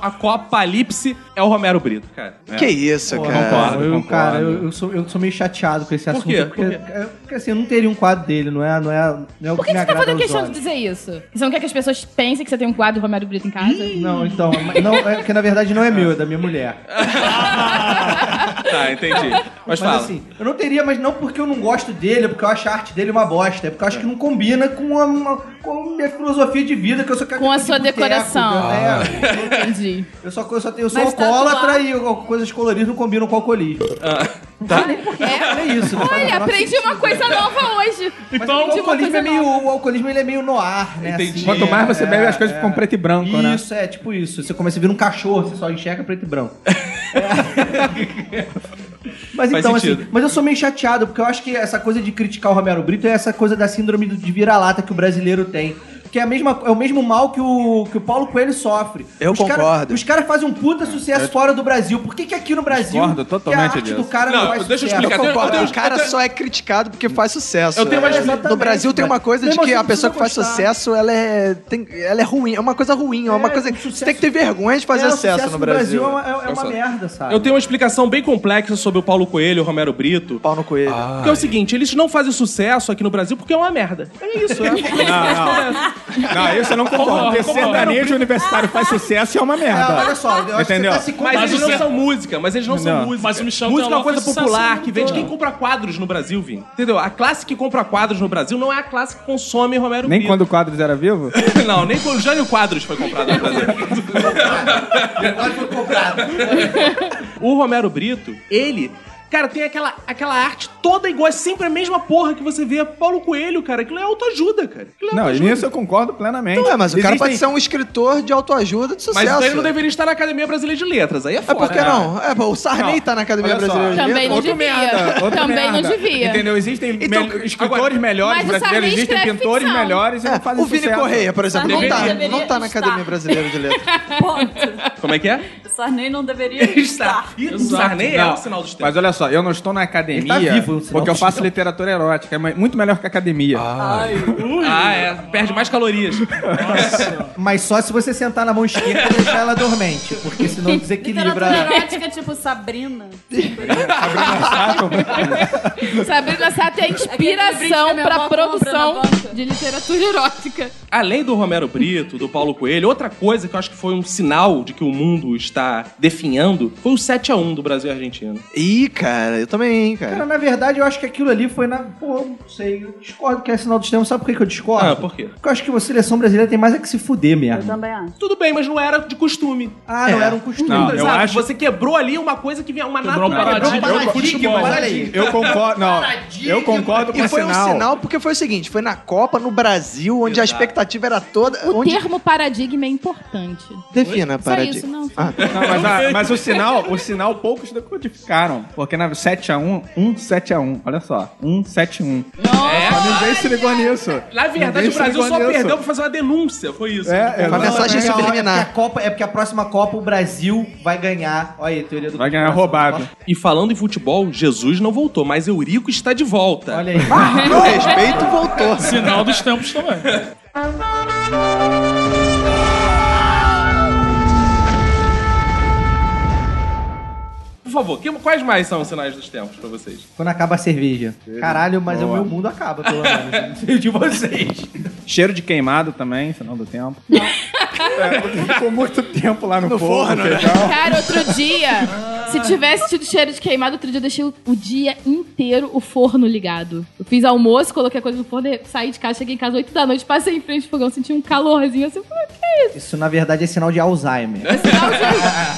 A: aco- acopalipse é o Romero Brito, cara.
B: Que isso, cara.
E: concordo,
G: eu,
E: concordo.
G: Cara, eu, eu sou, eu sou meio chateado com esse assunto.
A: quê?
G: Porque,
A: Por
G: é, porque, assim, eu não teria um quadro dele, não é, não é, não é o
C: Por que,
G: me
C: você tá
G: agrada
C: fazendo
G: aos
C: questão de
G: olhos.
C: dizer isso? Você não quer que as pessoas pensem que você tem um quadro do Romero Brito em casa?
G: Não, então, não, é porque na verdade não é meu, é da minha mulher.
A: Tá, entendi. Mas fala.
G: assim, eu não teria, mas não porque eu não gosto dele, é porque eu acho a arte dele uma bosta. É porque eu acho que não combina com a, uma- com a minha filosofia de vida, que eu sou
C: Com a sua decoração.
A: Ah.
G: Entendi. É, Eu só, eu só tenho, eu sou
C: Mas tá
G: alcoólatra
C: tatuar-
G: e eu- coisas coloridas não combinam com alcoolismo.
A: tá.
G: É isso. não faz o
C: Olha,
G: menor
C: aprendi uma coisa nova hoje.
G: Então, o
C: Aprendi uma
G: alcoolismo,
C: coisa
G: é meio, o alcoolismo ele é meio noir, né?
E: Entendi. Quanto mais
B: É,
E: você bebe, as coisas ficam preto e branco,
G: isso,
E: né?
G: Isso, é tipo isso. Você começa a vir um cachorro, você só enxerga preto e branco. É. mas
A: Faz
G: então,
A: sentido.
G: assim, mas eu sou meio chateado, porque eu acho que essa coisa de criticar o Romero Brito é essa coisa da síndrome de vira-lata que o brasileiro tem. Que é, a mesma, é o mesmo mal que o, que o Paulo Coelho sofre.
B: Eu
G: os cara-
B: concordo.
G: os caras fazem um puta sucesso fora do Brasil. Por que, que aqui no Brasil
E: Discordo
G: que a
E: totalmente
G: arte
E: disso.
G: do cara não,
A: Não,
G: faz
A: deixa eu
G: sucesso?
A: explicar. Eu
B: Concordo,
A: tenho-
B: o cara
A: eu tenho-
B: só é criticado porque faz sucesso.
A: Eu tenho uma-
B: É, No
G: Exatamente,
B: Brasil tem
G: mas-
B: uma coisa de
G: Mesmo
B: que
G: assim,
B: a pessoa
G: você
B: que faz
G: gostar.
B: sucesso, ela é, tem- ela é ruim, é uma coisa ruim, é uma
G: É,
B: coisa
G: um
B: que você
G: sucesso-
B: tem que ter vergonha de fazer
G: É, o
B: sucesso no
G: do
B: Brasil.
G: é uma, é- é uma
A: Nossa.
G: merda, sabe?
A: Eu tenho uma explicação bem complexa sobre o Paulo Coelho, o Romero Brito.
B: Pau no coelho.
A: Porque é o seguinte, eles não fazem sucesso aqui no Brasil porque é uma merda. É isso, é.
E: Não, não. Não, isso eu não concordo. Porque sertanejo universitário faz sucesso e é uma
G: Ah,
E: merda.
G: olha só, eu acho
E: Entendeu?
G: que você tá se
A: Mas,
G: comparando-
A: eles não são música, mas eles não, são
E: Não.
A: música.
F: Mas o Michel
A: música é uma
F: Teló
A: coisa
F: fez sucesso no
A: popular
F: mundo
A: que vende.
F: todo.
A: Quem compra quadros no Brasil, Vini? Entendeu? A classe que compra quadros no Brasil não é a classe que consome Romero
E: Nem
A: Brito.
E: quando o Quadros era vivo?
A: não, nem quando Jânio Quadros foi comprado no Brasil. O Romero Brito, ele, cara, tem aquela, aquela arte toda igual, é sempre a mesma porra que você vê. Paulo Coelho, cara, aquilo é autoajuda, cara. Aquilo é
E: Não,
A: autoajuda.
E: nisso eu concordo plenamente.
B: Não é, mas o cara pode
E: Existem-
B: ser um escritor de autoajuda de
A: Mas
B: sucesso.
A: então ele não deveria estar na Academia Brasileira de Letras, aí é
B: É
A: foda.
B: por que
A: né?
B: não? É, pô, o Sarney
E: Não,
B: tá na Academia
E: olha só.
B: Brasileira de
C: Também
B: Letras.
C: não
E: Outro
C: devia.
E: merda, outro
C: Também não
E: merda.
C: devia.
E: Entendeu? Existem
B: Então,
E: mel- escritores melhores
C: Mas o
E: brasileiros,
C: Sarney
E: existem
C: escreve
E: pintores
C: ficção.
E: melhores e não
B: É,
E: fazem
B: o Vini
E: sucesso.
B: Correia, por exemplo, não
D: Sarney
B: tá,
D: deveria
B: não tá na
D: estar.
B: Academia Brasileira de Letras.
D: Ponto.
A: Como é que é?
D: Sarney não deveria estar.
A: E o
F: Exato.
A: Sarney é
E: Não,
B: um
A: o sinal dos tempos.
E: Mas olha só, eu não estou na academia
G: Ele tá vivo, no sinal
E: porque eu
G: dos
E: faço literatura erótica. É muito melhor que a academia.
A: Ah, é. Perde mais calorias.
G: Mas só se você sentar na mão esquerda e deixar ela dormente, porque senão desequilibra.
D: Literatura
G: ela.
D: erótica, tipo Sabrina.
C: Sabrina Sato é a inspiração
D: Aquele
C: pra
D: brinco que minha avó compra na
C: produção
D: banca.
C: de literatura erótica.
A: Além do Romero Brito, do Paulo Coelho, outra coisa que eu acho que foi um sinal de que o mundo está definhando foi o 7x1 do Brasil e Argentina.
B: Ih, cara, eu também, hein,
G: Cara,
B: cara.
G: na verdade, eu acho que aquilo ali foi na. Pô, eu não sei, eu discordo que é sinal dos tempos. Sabe por que que eu discordo?
A: Ah, por quê?
G: Porque eu acho que a seleção brasileira tem mais é que se fuder
D: Eu
G: mesmo.
D: também acho.
A: Tudo bem, mas não era de costume.
G: Ah,
B: é.
G: não era um costume.
E: Não, eu
A: Sabe?
E: acho-
A: Você quebrou ali uma coisa que vinha uma
F: Quebrou um
A: naturalidade.
F: paradigma
G: Quebrou um
F: do
G: paradigma,
F: futebol.
G: olha aí. É
E: Eu concordo, não. Eu concordo com
B: E
E: o
B: foi
E: sinal.
B: um sinal porque foi o seguinte, foi na Copa, no Brasil, onde a
A: Exato.
B: expectativa era toda...
C: O
B: onde...
C: termo paradigma é importante.
B: Defina, paradigma.
C: isso, não.
B: Ah, tá.
E: Não, mas, a- mas o sinal, o sinal poucos decodificaram. Porque na 7x1, 1-7x1. Olha só, 1-7-1. Ninguém se ligou nisso.
A: Na verdade,
E: Ninguém
A: o Brasil
E: se
A: só
E: ligou nisso.
A: perdeu pra fazer uma denúncia. Foi isso.
E: É, é.
B: Uma mensagem
G: é porque a hora-
B: subliminar.
G: é porque a Copa, é porque a próxima Copa o Brasil vai ganhar. Olha aí, teoria do
E: Vai ganhar
G: conspiração.
E: roubado.
A: E falando em futebol, Jesus não voltou, mas Eurico está de volta.
G: Olha aí.
E: Ah!
B: O respeito voltou.
F: Sinal dos tempos também.
A: Por favor, que- quais mais são os sinais dos tempos pra vocês?
G: Quando acaba a cerveja. Caralho, mas o meu mundo acaba, pelo menos. Não sei de vocês.
E: Cheiro de queimado também, final do tempo. É, ficou muito tempo lá no, forno. feijão.
C: Cara, outro dia, se tivesse tido cheiro de queimado, outro dia eu deixei o, o dia inteiro o forno ligado. Eu fiz almoço, coloquei a coisa no forno, saí de casa, cheguei em casa 8 da noite, passei em frente ao fogão, senti um calorzinho assim. eu falei,
G: Isso, na verdade, é sinal de Alzheimer.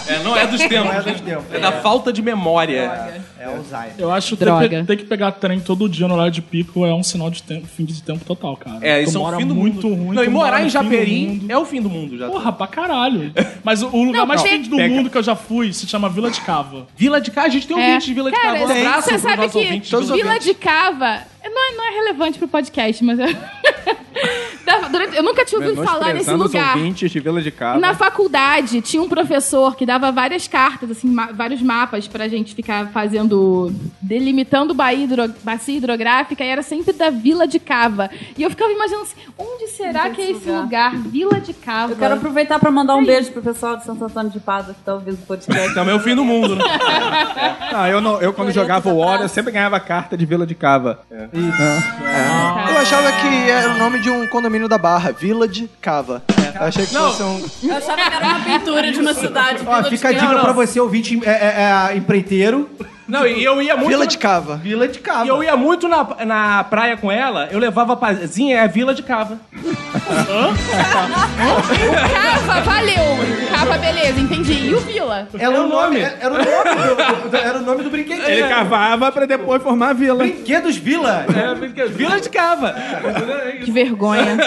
A: É, não é dos tempos.
G: Não é dos tempos.
A: É da falta de memória.
G: É Alzheimer.
F: Eu acho que
C: Droga.
F: ter, pe- ter que pegar trem todo dia no horário de pico é um sinal de tempo, fim de tempo total, cara.
A: É, isso
F: Tu
A: é um
F: mora
A: fim do
F: muito
A: mundo.
F: ruim.
A: não,
F: tu
A: e morar
F: mora
A: em
F: no fim do
A: Japerim
F: mundo.
A: é o fim do mundo já.
F: Porra, pra caralho. Mas o- o lugar mais fim do
E: pega.
F: mundo que eu já fui se chama Vila de Cava.
A: Vila de Cá, a gente tem
C: É.
A: ouvinte de Vila de Cá.
C: Cara,
A: Um abraço
C: Você
A: pros
C: sabe
A: nossos
C: que
A: ouvintes. de Vila de
C: Vila de Cava não é, não é relevante pro podcast, mas... Da- durante- eu nunca tinha ouvido falar nesse
E: Menosprezando os
C: lugar.
E: ouvintes de Vila de Cabo.
C: Na faculdade, tinha um professor que dava várias cartas, assim, ma- vários mapas pra gente ficar fazendo. delimitando baía hidro- bacia hidrográfica, e era sempre da Vila de Cava. E eu ficava imaginando assim, onde será
D: tem
C: que é
D: esse
C: esse lugar? Vila de Cava.
D: Eu quero aproveitar pra mandar um beijo pro pessoal de Santo Antônio de Pádua que tá ouvindo o podcast.
A: Também é o fim do mundo, né?
E: Não, Ah, eu, não, eu quando
D: Olhando
E: jogava
D: pra
E: o War, eu
D: trás.
E: sempre ganhava carta de Vila de Cava.
G: É.
E: Isso.
B: Eu achava que era o nome de um condomínio da Barra, Vila de Cava. Eu achei que fosse um...
D: Eu achava que era uma pintura de uma cidade.
G: Ó,
D: Vila de
G: fica a
D: Cava.
G: dica pra você, ouvinte é, é, é, empreiteiro.
A: Não, e eu ia muito.
B: Vila
A: na-
B: de Cava.
G: Vila de Cava.
A: E eu ia muito na, na praia com ela, eu levava a pazinha, é a Vila de Cava.
C: Cava, valeu. Cava, beleza, entendi. E o Vila?
G: Era o nome. É, Era o nome. do- Era o nome do brinquedinho.
A: É.
E: Ele cavava pra depois formar a vila.
G: Brinquedos Vila.
A: Vila de Cava.
C: Que vergonha.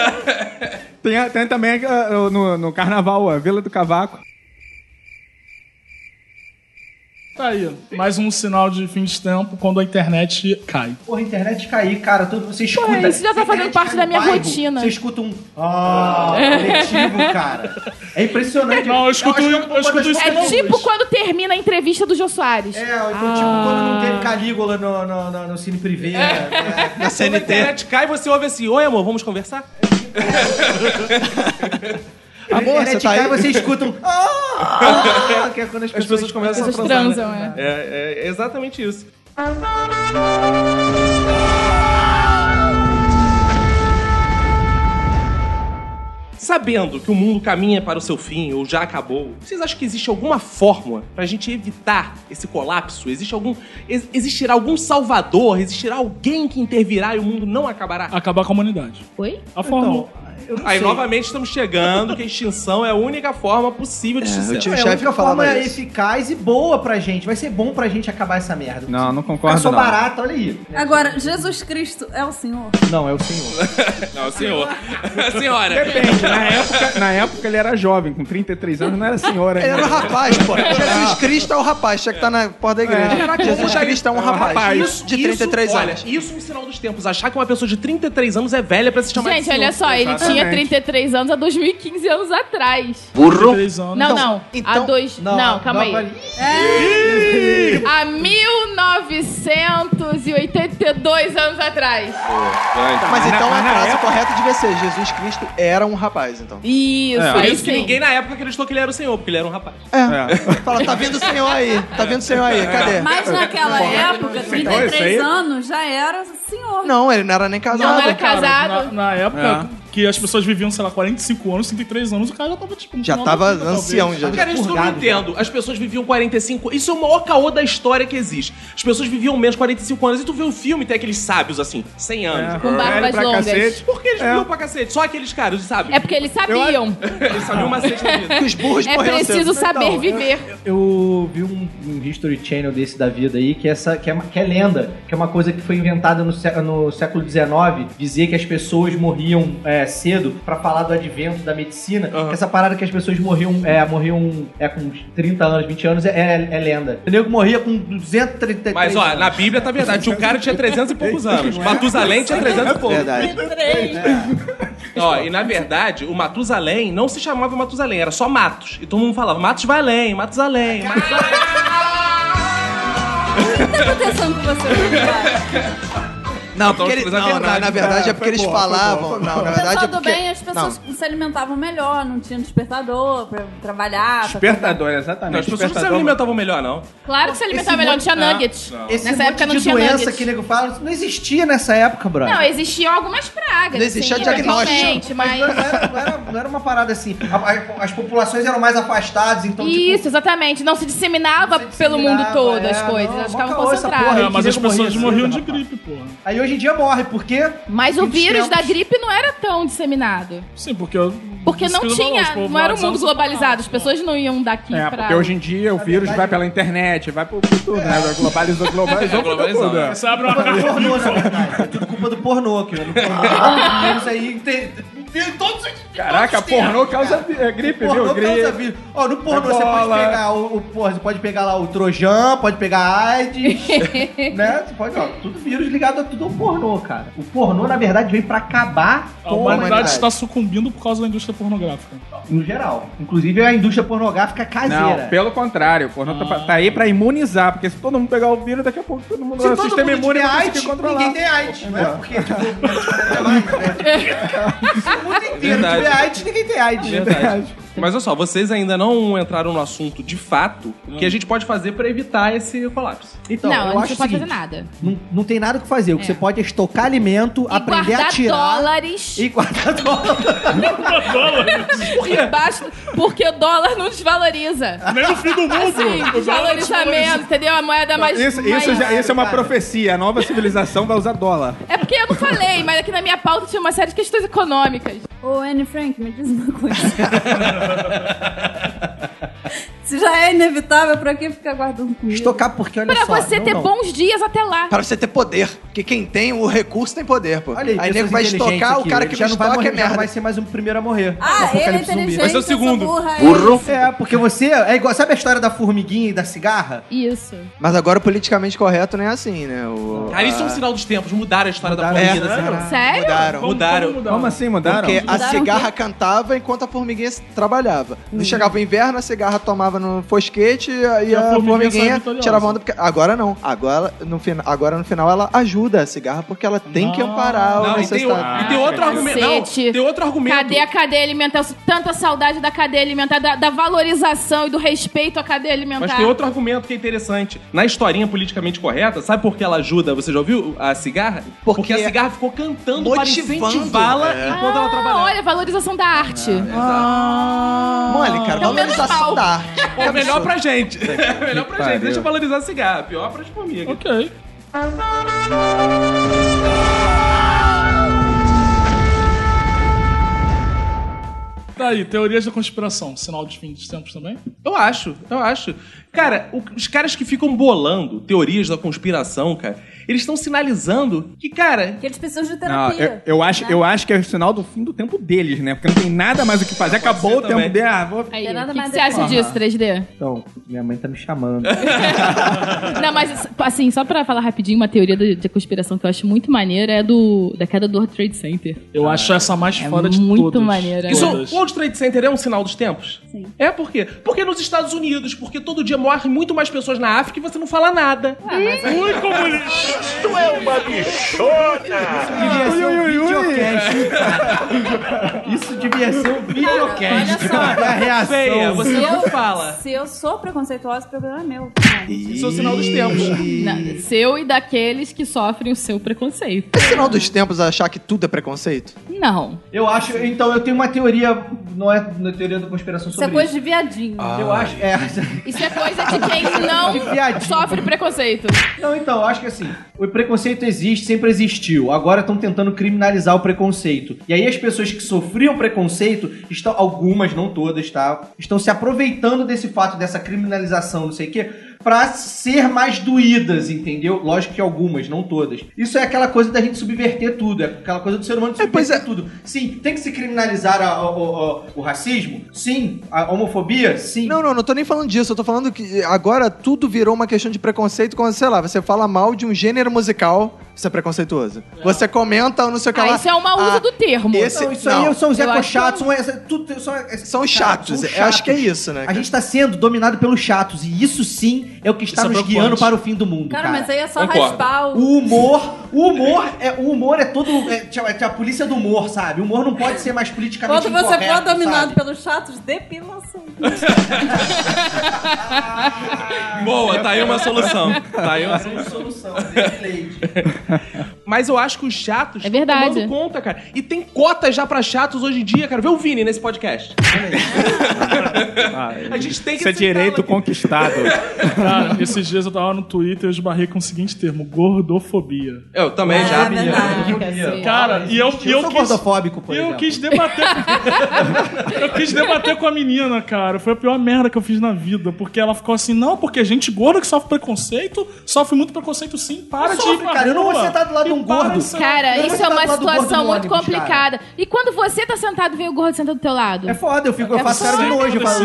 E: Tem, a- tem também ah, no, no carnaval, a Vila do Cavaco.
F: Tá aí, mais um sinal de fim de tempo quando a internet cai.
G: Porra, a internet cair, cara. Tudo, você escuta.
C: isso já tá
G: A internet
C: fazendo parte
G: cai
C: da
G: no
C: minha
G: bairro,
C: rotina.
G: Você escuta um. Ah, coletivo, cara. É impressionante.
F: Não, eu escuto- um-
G: acho que é
F: eu
G: uma
F: escuto
G: das
F: isso
C: É
G: coisas-
C: tipo quando termina a entrevista do Jô Soares.
G: É, ou então, tipo, quando não teve Calígula no, no, no, no Cine Privé. né?
B: Na
A: Quando a
B: CNT.
A: internet cai, você ouve assim, oi amor, vamos conversar?
G: a
B: Amor, você
G: internet
B: tá
G: cai
B: aí?
G: você escuta um. Ah, que é quando as
A: As
G: pessoas,
A: pessoas começam
C: As
A: a
C: pessoas
A: transar, né?
C: transam, é.
A: É, é exatamente isso. Sabendo que o mundo caminha para o seu fim ou já acabou, vocês acham que existe alguma fórmula pra gente evitar esse colapso? Existe algum ex- existirá algum salvador? Existirá alguém que intervirá e o mundo não acabará?
F: Acabar com a humanidade.
C: Oi?
A: Então,
F: A fórmula.
A: Ah, Aí novamente estamos chegando que a extinção é a única forma possível de
B: eu
A: sucesso.
B: tinha um
G: É,
B: chefe que
G: uma
B: falava
G: forma
B: isso.
G: eficaz e boa pra gente. Vai ser bom pra gente acabar essa merda.
E: Não, não
G: Eu
E: concordo,
G: sou
E: não.
G: barato, olha aí.
D: Agora, Jesus Cristo é o Senhor.
G: Não, é o senhor.
A: Não, senhor. Senhora.
E: Depende, na época, na época ele era jovem, com 33 anos, não era senhora.
B: Ele era um
E: ainda.
B: rapaz, pô. Jesus Cristo é o rapaz, tinha que tá na porta da igreja. Jesus Cristo é um rapaz de 33
A: olha,
B: anos.
A: Isso é um sinal dos tempos. Achar que uma pessoa de 33 anos é velha pra se chamar de
C: Gente,
A: senhor.
C: olha só, ele tinha
E: Exatamente.
C: 33 anos há 2015 anos atrás.
F: Três anos.
C: Não,
B: Então-
C: não. a
B: então-
C: dois. Não, calma aí. É. Há 1982 anos atrás.
B: Mas então
G: é
E: é na-
B: a
E: na
B: frase
E: época-
B: correta devia ser: Jesus Cristo era um rapaz, então.
C: Isso,
E: É.
A: É
C: aí
A: isso que
C: sim.
A: ninguém na época acreditou que ele era o senhor, porque ele era um rapaz.
E: É.
B: Fala, tá vendo o senhor aí? Tá vendo o senhor aí? Cadê?
D: Mas naquela época,
E: isso aí-
D: 33 anos já era senhor.
B: Não, ele não era nem
A: Ah,
B: casado.
C: Não era
B: cara.
C: casado.
F: Na, na época
A: É.
F: que as pessoas viviam, sei lá, 45 anos, 53 anos, o cara já tava tipo. no
B: Já
F: final
B: tava
F: da vida, talvez.
B: ancião, já.
A: Cara, isso que eu não
G: Purgado,
A: entendo. As pessoas viviam 45 Isso é o maior caô da história que existe. As pessoas viviam menos 45 anos. E tu vê o filme, tem aqueles sábios assim, 100 anos.
B: É.
C: Com barbas
E: é. Velho pra
C: longas.
E: cacete.
A: Por que eles
E: É.
A: viviam pra cacete? Só aqueles caras, sabe?
C: É porque eles sabiam.
A: Eles sabiam uma cesta da vida.
B: Os burros
C: É
B: morreram
C: preciso
B: cedo.
C: saber
G: eu-
C: viver.
G: Eu vi um, um History Channel desse da vida aí, que, essa, que, é, uma- que é lenda, que é uma coisa que foi inventada no, sé- no século XIX, dizer que as pessoas morriam é, cedo pra falar do advento da medicina.
A: Aham.
G: Essa parada que as pessoas morriam, é, morriam é, com uns 30 anos, 20 anos, é, é, é lenda. O nego morria com 233
A: Mas ó,
G: anos.
A: na Bíblia tá verdade. O cara tinha 300 e poucos anos. Matusalém tinha 300 e poucos.
B: Verdade. É.
A: Ó, e na verdade, o Matusalém não se chamava Matusalém, era só Matos. E todo mundo falava, Matos vai além, Matos além, Matos além.
D: O que tá acontecendo com você? cara?
B: Não,
A: Então,
B: porque eles,
A: mas a
B: não, na- na,
A: verdade-
B: verdade é porque
E: Foi
B: eles
E: boa, foi boa,
B: falavam. Não, na
D: O
B: verdade é
D: pessoal do
B: porque.
D: Tá bem, as pessoas se alimentavam melhor, não tinham despertador pra trabalhar. pra
E: Despertador,
A: Não, as
E: exatamente.
A: pessoas não se
E: Despertador. né?
A: alimentavam melhor, não.
C: Claro que se alimentava
G: Esse
C: melhor, não
G: monte-
C: tinha nuggets.
G: Esse
C: Nessa
G: monte
C: época
G: de
C: não tinha
G: doença
C: nuggets.
G: que nego fala, isso não existia nessa época, brother.
C: Não, existiam algumas pragas.
B: Não existia
C: assim,
B: diagnóstico.
C: eventualmente,
G: Mas não
C: Mas...
G: era, não era- não era uma parada assim. A- a- As populações eram mais afastadas, então, tipo,
C: Isso, exatamente. Não se disseminava
G: se
C: pelo mundo
G: disseminava,
C: todo as
G: é,
C: coisas.
G: não,
C: elas
G: mó
C: ficavam
G: caô essa
C: concentradas.
G: porra
F: É,
G: aí.
F: mas
G: Que
F: as
G: nego
F: pessoas
A: assim,
G: morria
A: tá
F: morriam de
G: cedo, rapaz.
F: gripe, porra.
G: Aí hoje em dia morre, porque.
C: Mas o
G: Muitos
C: vírus da
G: tempos.
C: gripe não era tão disseminado.
F: Sim, porque. eu-
C: Porque
F: isso
C: não
F: que eu tô falando,
C: tinha,
F: tipo,
C: não era um
F: globalizado,
C: mundo
F: você fala,
C: globalizado. As
F: pô.
C: pessoas não iam daqui
E: É,
C: pra.
E: porque hoje em dia o vírus
G: né?
E: vai pela internet, vai pro pro tudo, né? Globalizou,
A: Globalizou,
E: globalizou, globalizou tudo.
A: né?
E: é.
F: Você abre uma
G: Culpa do
F: carta.
G: pornô, na verdade. É tudo culpa do pornô, que no pornô,
C: Ah.
G: vírus aí tem, tem todos os.
E: Caraca, pornô causa vi- é, gripe,
G: Pornô
E: viu?
G: causa
E: Gripe.
G: vírus. Ó, no pornô você pode
E: Ebola.
G: pegar o, o porra, você pode pegar lá o Trojan, pode pegar a AIDS, né? Você pode, ó, tudo vírus ligado a tudo ao pornô, cara. O pornô, na verdade, veio pra acabar
F: A
G: com
F: humanidade está sucumbindo por causa da indústria pornográfica. Então,
G: no geral. Inclusive é a indústria pornográfica caseira.
E: Não, pelo contrário, o pornô tá, pra- tá aí pra imunizar, porque se todo mundo pegar o vírus, daqui a pouco todo mundo.
G: Se
E: o
G: todo
E: sistema
G: mundo
E: imune
G: tiver
E: não vai
G: AIDS,
E: conseguir controlar.
G: ninguém tem AIDS. Não é porque, tipo, né? o mundo inteiro
A: Verdade.
G: tiver
C: É.
G: AIDS, ninguém tem AIDS.
A: Verdade.
C: bosta.
A: Mas olha só, vocês ainda não entraram no assunto de fato, o que a gente pode fazer pra evitar esse colapso.
G: Então,
C: não,
G: eu acho
C: não pode
G: o
C: fazer
G: seguinte,
C: nada.
G: Não, não tem nada o que fazer. O que você pode é estocar alimento, aprender a
C: guardar
G: tirar.
C: dólares.
G: E guardar dólares.
C: Por quê? Basta- porque o dólar não desvaloriza.
F: Nem no fim do mundo.
C: Assim,
F: O dólar desvaloriza.
C: desvalorizamento, entendeu? A moeda mais.
E: Isso, isso
C: mais-
E: já- isso é uma profecia. A nova civilização vai usar dólar.
C: É porque eu não falei, mas aqui na minha pauta tinha uma série de questões econômicas.
D: Ô, Anne Frank, me diz uma coisa. Se já é inevitável, pra que ficar guardando comida?
G: Estocar porque, olha
C: Pra
G: só.
C: você ter bons dias até lá.
B: Pra você ter poder. Porque quem tem o recurso tem poder, pô.
G: Olha aí,
B: aí nego
G: pessoas
B: vai
G: inteligentes
B: estocar, o
G: aqui,
B: cara
G: ele
B: que
G: já
B: não
G: não vai
B: estoca é
G: morrer, já
B: merda.
G: vai ser mais o primeiro a morrer.
D: Ah,
G: No
D: ele é
G: apocalipse zumbi.
D: inteligente, Vai ser o eu sou segundo. burra, é
G: Burro.
D: isso.
G: É, porque você é igual. Sabe a história da formiguinha e da cigarra?
C: Isso.
B: Mas agora o politicamente correto não é assim, né? O,
A: Cara, isso é um
B: a-
A: sinal dos tempos. Mudaram a história da
B: Mudaram.
A: família.
B: É.
A: assim.
C: Sério?
B: Mudaram.
A: Mudaram.
E: Como assim mudaram?
B: Porque a
C: Mudaram o
B: cigarra
C: quê?
B: cantava enquanto a formiguinha trabalhava.
D: Hum.
B: Não chegava o inverno, a cigarra tomava no fosquete e a, a formiguinha,
F: saía vitoriosa.
B: tirava onda. Porque... Agora não. Agora no, fina- agora no final ela ajuda a cigarra porque ela tem que amparar o
A: Não, e tem, o-
B: necessitado.
A: e tem outro argumento. Não,
C: Cacete.
A: tem outro argumento.
C: Cadê a cadeia alimentar? Tanta saudade da cadeia alimentar, da, da valorização e do respeito à cadeia alimentar.
A: Mas tem outro argumento que é interessante. Na historinha politicamente correta, sabe por que ela ajuda? Você já ouviu a cigarra? Porque, a cigarra ficou cantando para
B: Motivando.
A: incentivá-la
B: É.
A: enquanto ela
C: Ah,
A: trabalhava.
C: olha, valorização da arte.
A: Ah.
B: Mole, cara,
C: Então, menos
B: valorização
C: mal.
B: da arte.
A: Pô, melhor pra gente. melhor pra gente.
E: pariu.
A: Deixa eu valorizar a cigarra. Pior pras formigas.
F: Ok. Tá aí, teorias da conspiração. Sinal de fim dos tempos também?
A: Eu acho, eu acho. Cara, o- os caras que ficam bolando teorias da conspiração, cara, eles estão sinalizando que, cara,
D: Que eles precisam de
E: Não,
D: terapia.
E: eu, eu acho,
D: né?
E: eu acho que é o sinal do fim do tempo deles, né? Porque não tem nada mais o que fazer. Acabou o
A: ser também.
E: tempo deles. Ah, vou...
C: Aí,
D: Tem nada
C: É o que, que
D: mais
C: você acha disso,
D: decorado.
C: 3D?
G: Então, minha mãe tá me chamando.
C: Não, mas assim, só pra falar rapidinho, uma teoria da- de conspiração que eu acho muito maneira é do da queda do World Trade Center.
F: Eu acho essa mais
C: É
F: foda de
C: muito
F: todas.
C: maneira.
A: Isso,
F: Todas.
A: o World Trade Center é um sinal dos tempos?
D: Sim.
A: É por quê? Porque nos Estados Unidos, porque todo dia morrem muito mais pessoas na África e você não fala nada.
F: Ui, comunista!
G: devia ser um videocast. Isso devia ser um videocast.
D: Cara, olha só.
G: a reação.
A: Feia, você
D: Se
A: não
D: eu-
A: fala.
D: Se eu sou preconceituosa, o problema é meu.
A: Isso é o sinal dos tempos.
C: Na- seu e daqueles que sofrem o seu preconceito.
B: É sinal dos tempos achar que tudo é preconceito?
C: Não.
G: Eu acho, então, eu tenho uma teoria, não é na teoria da conspiração
D: Isso é
G: sobre
D: coisa de viadinho.
G: Eu acho, é,
C: Isso é coisa de quem não
G: Viadinho.
C: sofre preconceito.
G: não, então, eu acho que assim, o preconceito existe, sempre existiu. Agora estão tentando criminalizar o preconceito. E aí as pessoas que sofriam preconceito, estão, algumas, não todas, tá? Estão se aproveitando desse fato, dessa criminalização, não sei o quê, pra ser mais doídas, entendeu? Lógico que algumas, não todas. Isso é aquela coisa da gente subverter tudo, é aquela coisa do ser humano
B: É,
G: subverter
B: pois é.
G: tudo. Sim, tem que se criminalizar a- o- o- o- o racismo? Sim. A homofobia? Sim.
B: Não, não, não tô nem falando disso. Eu tô falando que agora tudo virou uma questão de preconceito quando, sei lá, você fala mal de um gênero musical, isso é preconceituoso. Você comenta ou não sei o que
C: Ah,
B: lá.
C: isso é um mau uso
B: ah,
C: do termo.
B: esse-
G: Não, isso
B: não.
G: aí um são os
C: Eu acho que
G: ecochatos,
C: não.
G: são,
D: um-
G: essa- tudo- são, é-
B: São
G: cara,
B: chatos.
G: são
B: Eu acho que é isso, né?
G: A gente tá sendo dominado pelos chatos, e isso sim é o que
A: Isso
G: está
A: é
G: nos
A: preocupante.
G: guiando para o fim do mundo. Cara, Uh,
D: Cara, mas aí é só
A: Concordo.
D: raspar o...
G: O humor, o humor é, o humor é todo. É, tipo, é tipo a polícia do humor, sabe? O humor não pode ser mais politicamente
D: Quando você
G: incorreto,
D: for dominado
G: sabe?
D: pelos chatos, depilação.
A: Boa, tá aí uma solução. Tá aí uma solução.
G: Sem solução, defeito.
A: Mas eu acho que os chatos
C: É verdade.
A: tomando conta, cara. E tem cota já pra chatos hoje em dia, cara. Vê o Vini nesse podcast. A gente tem que né?
E: Isso é
A: aceitá-lo
E: direito
A: aqui.
E: conquistado.
F: Cara, esses dias eu tava no Twitter e eu esbarrei com o seguinte termo: gordofobia.
A: Eu também já.
D: É verdade.
G: né?
F: Cara, e eu, e
G: Eu
F: eu
G: sou
F: quis.
G: gordofóbico, por
F: E eu
G: exemplo.
F: quis debater. eu quis debater com a menina, cara. Foi a pior merda que eu fiz na vida. Porque ela ficou assim, não, porque gente gorda que sofre preconceito, sofre muito preconceito sim, para
G: Eu
F: de
G: sofro,
F: ir pra
G: cara, eu não vou
F: rua
G: sentar do lado de
F: e
G: um
F: para
G: gordo."
F: de ser-
C: Cara,
G: Eu não
C: isso
G: vou
C: é uma
G: sentar do lado do
C: situação
G: gordo no
C: muito
G: ônibus,
C: complicada. E quando você tá sentado, vem o gordo sentado do teu lado.
G: É foda, eu, fico, eu faço cara de
F: sempre
G: nojo, eu falo.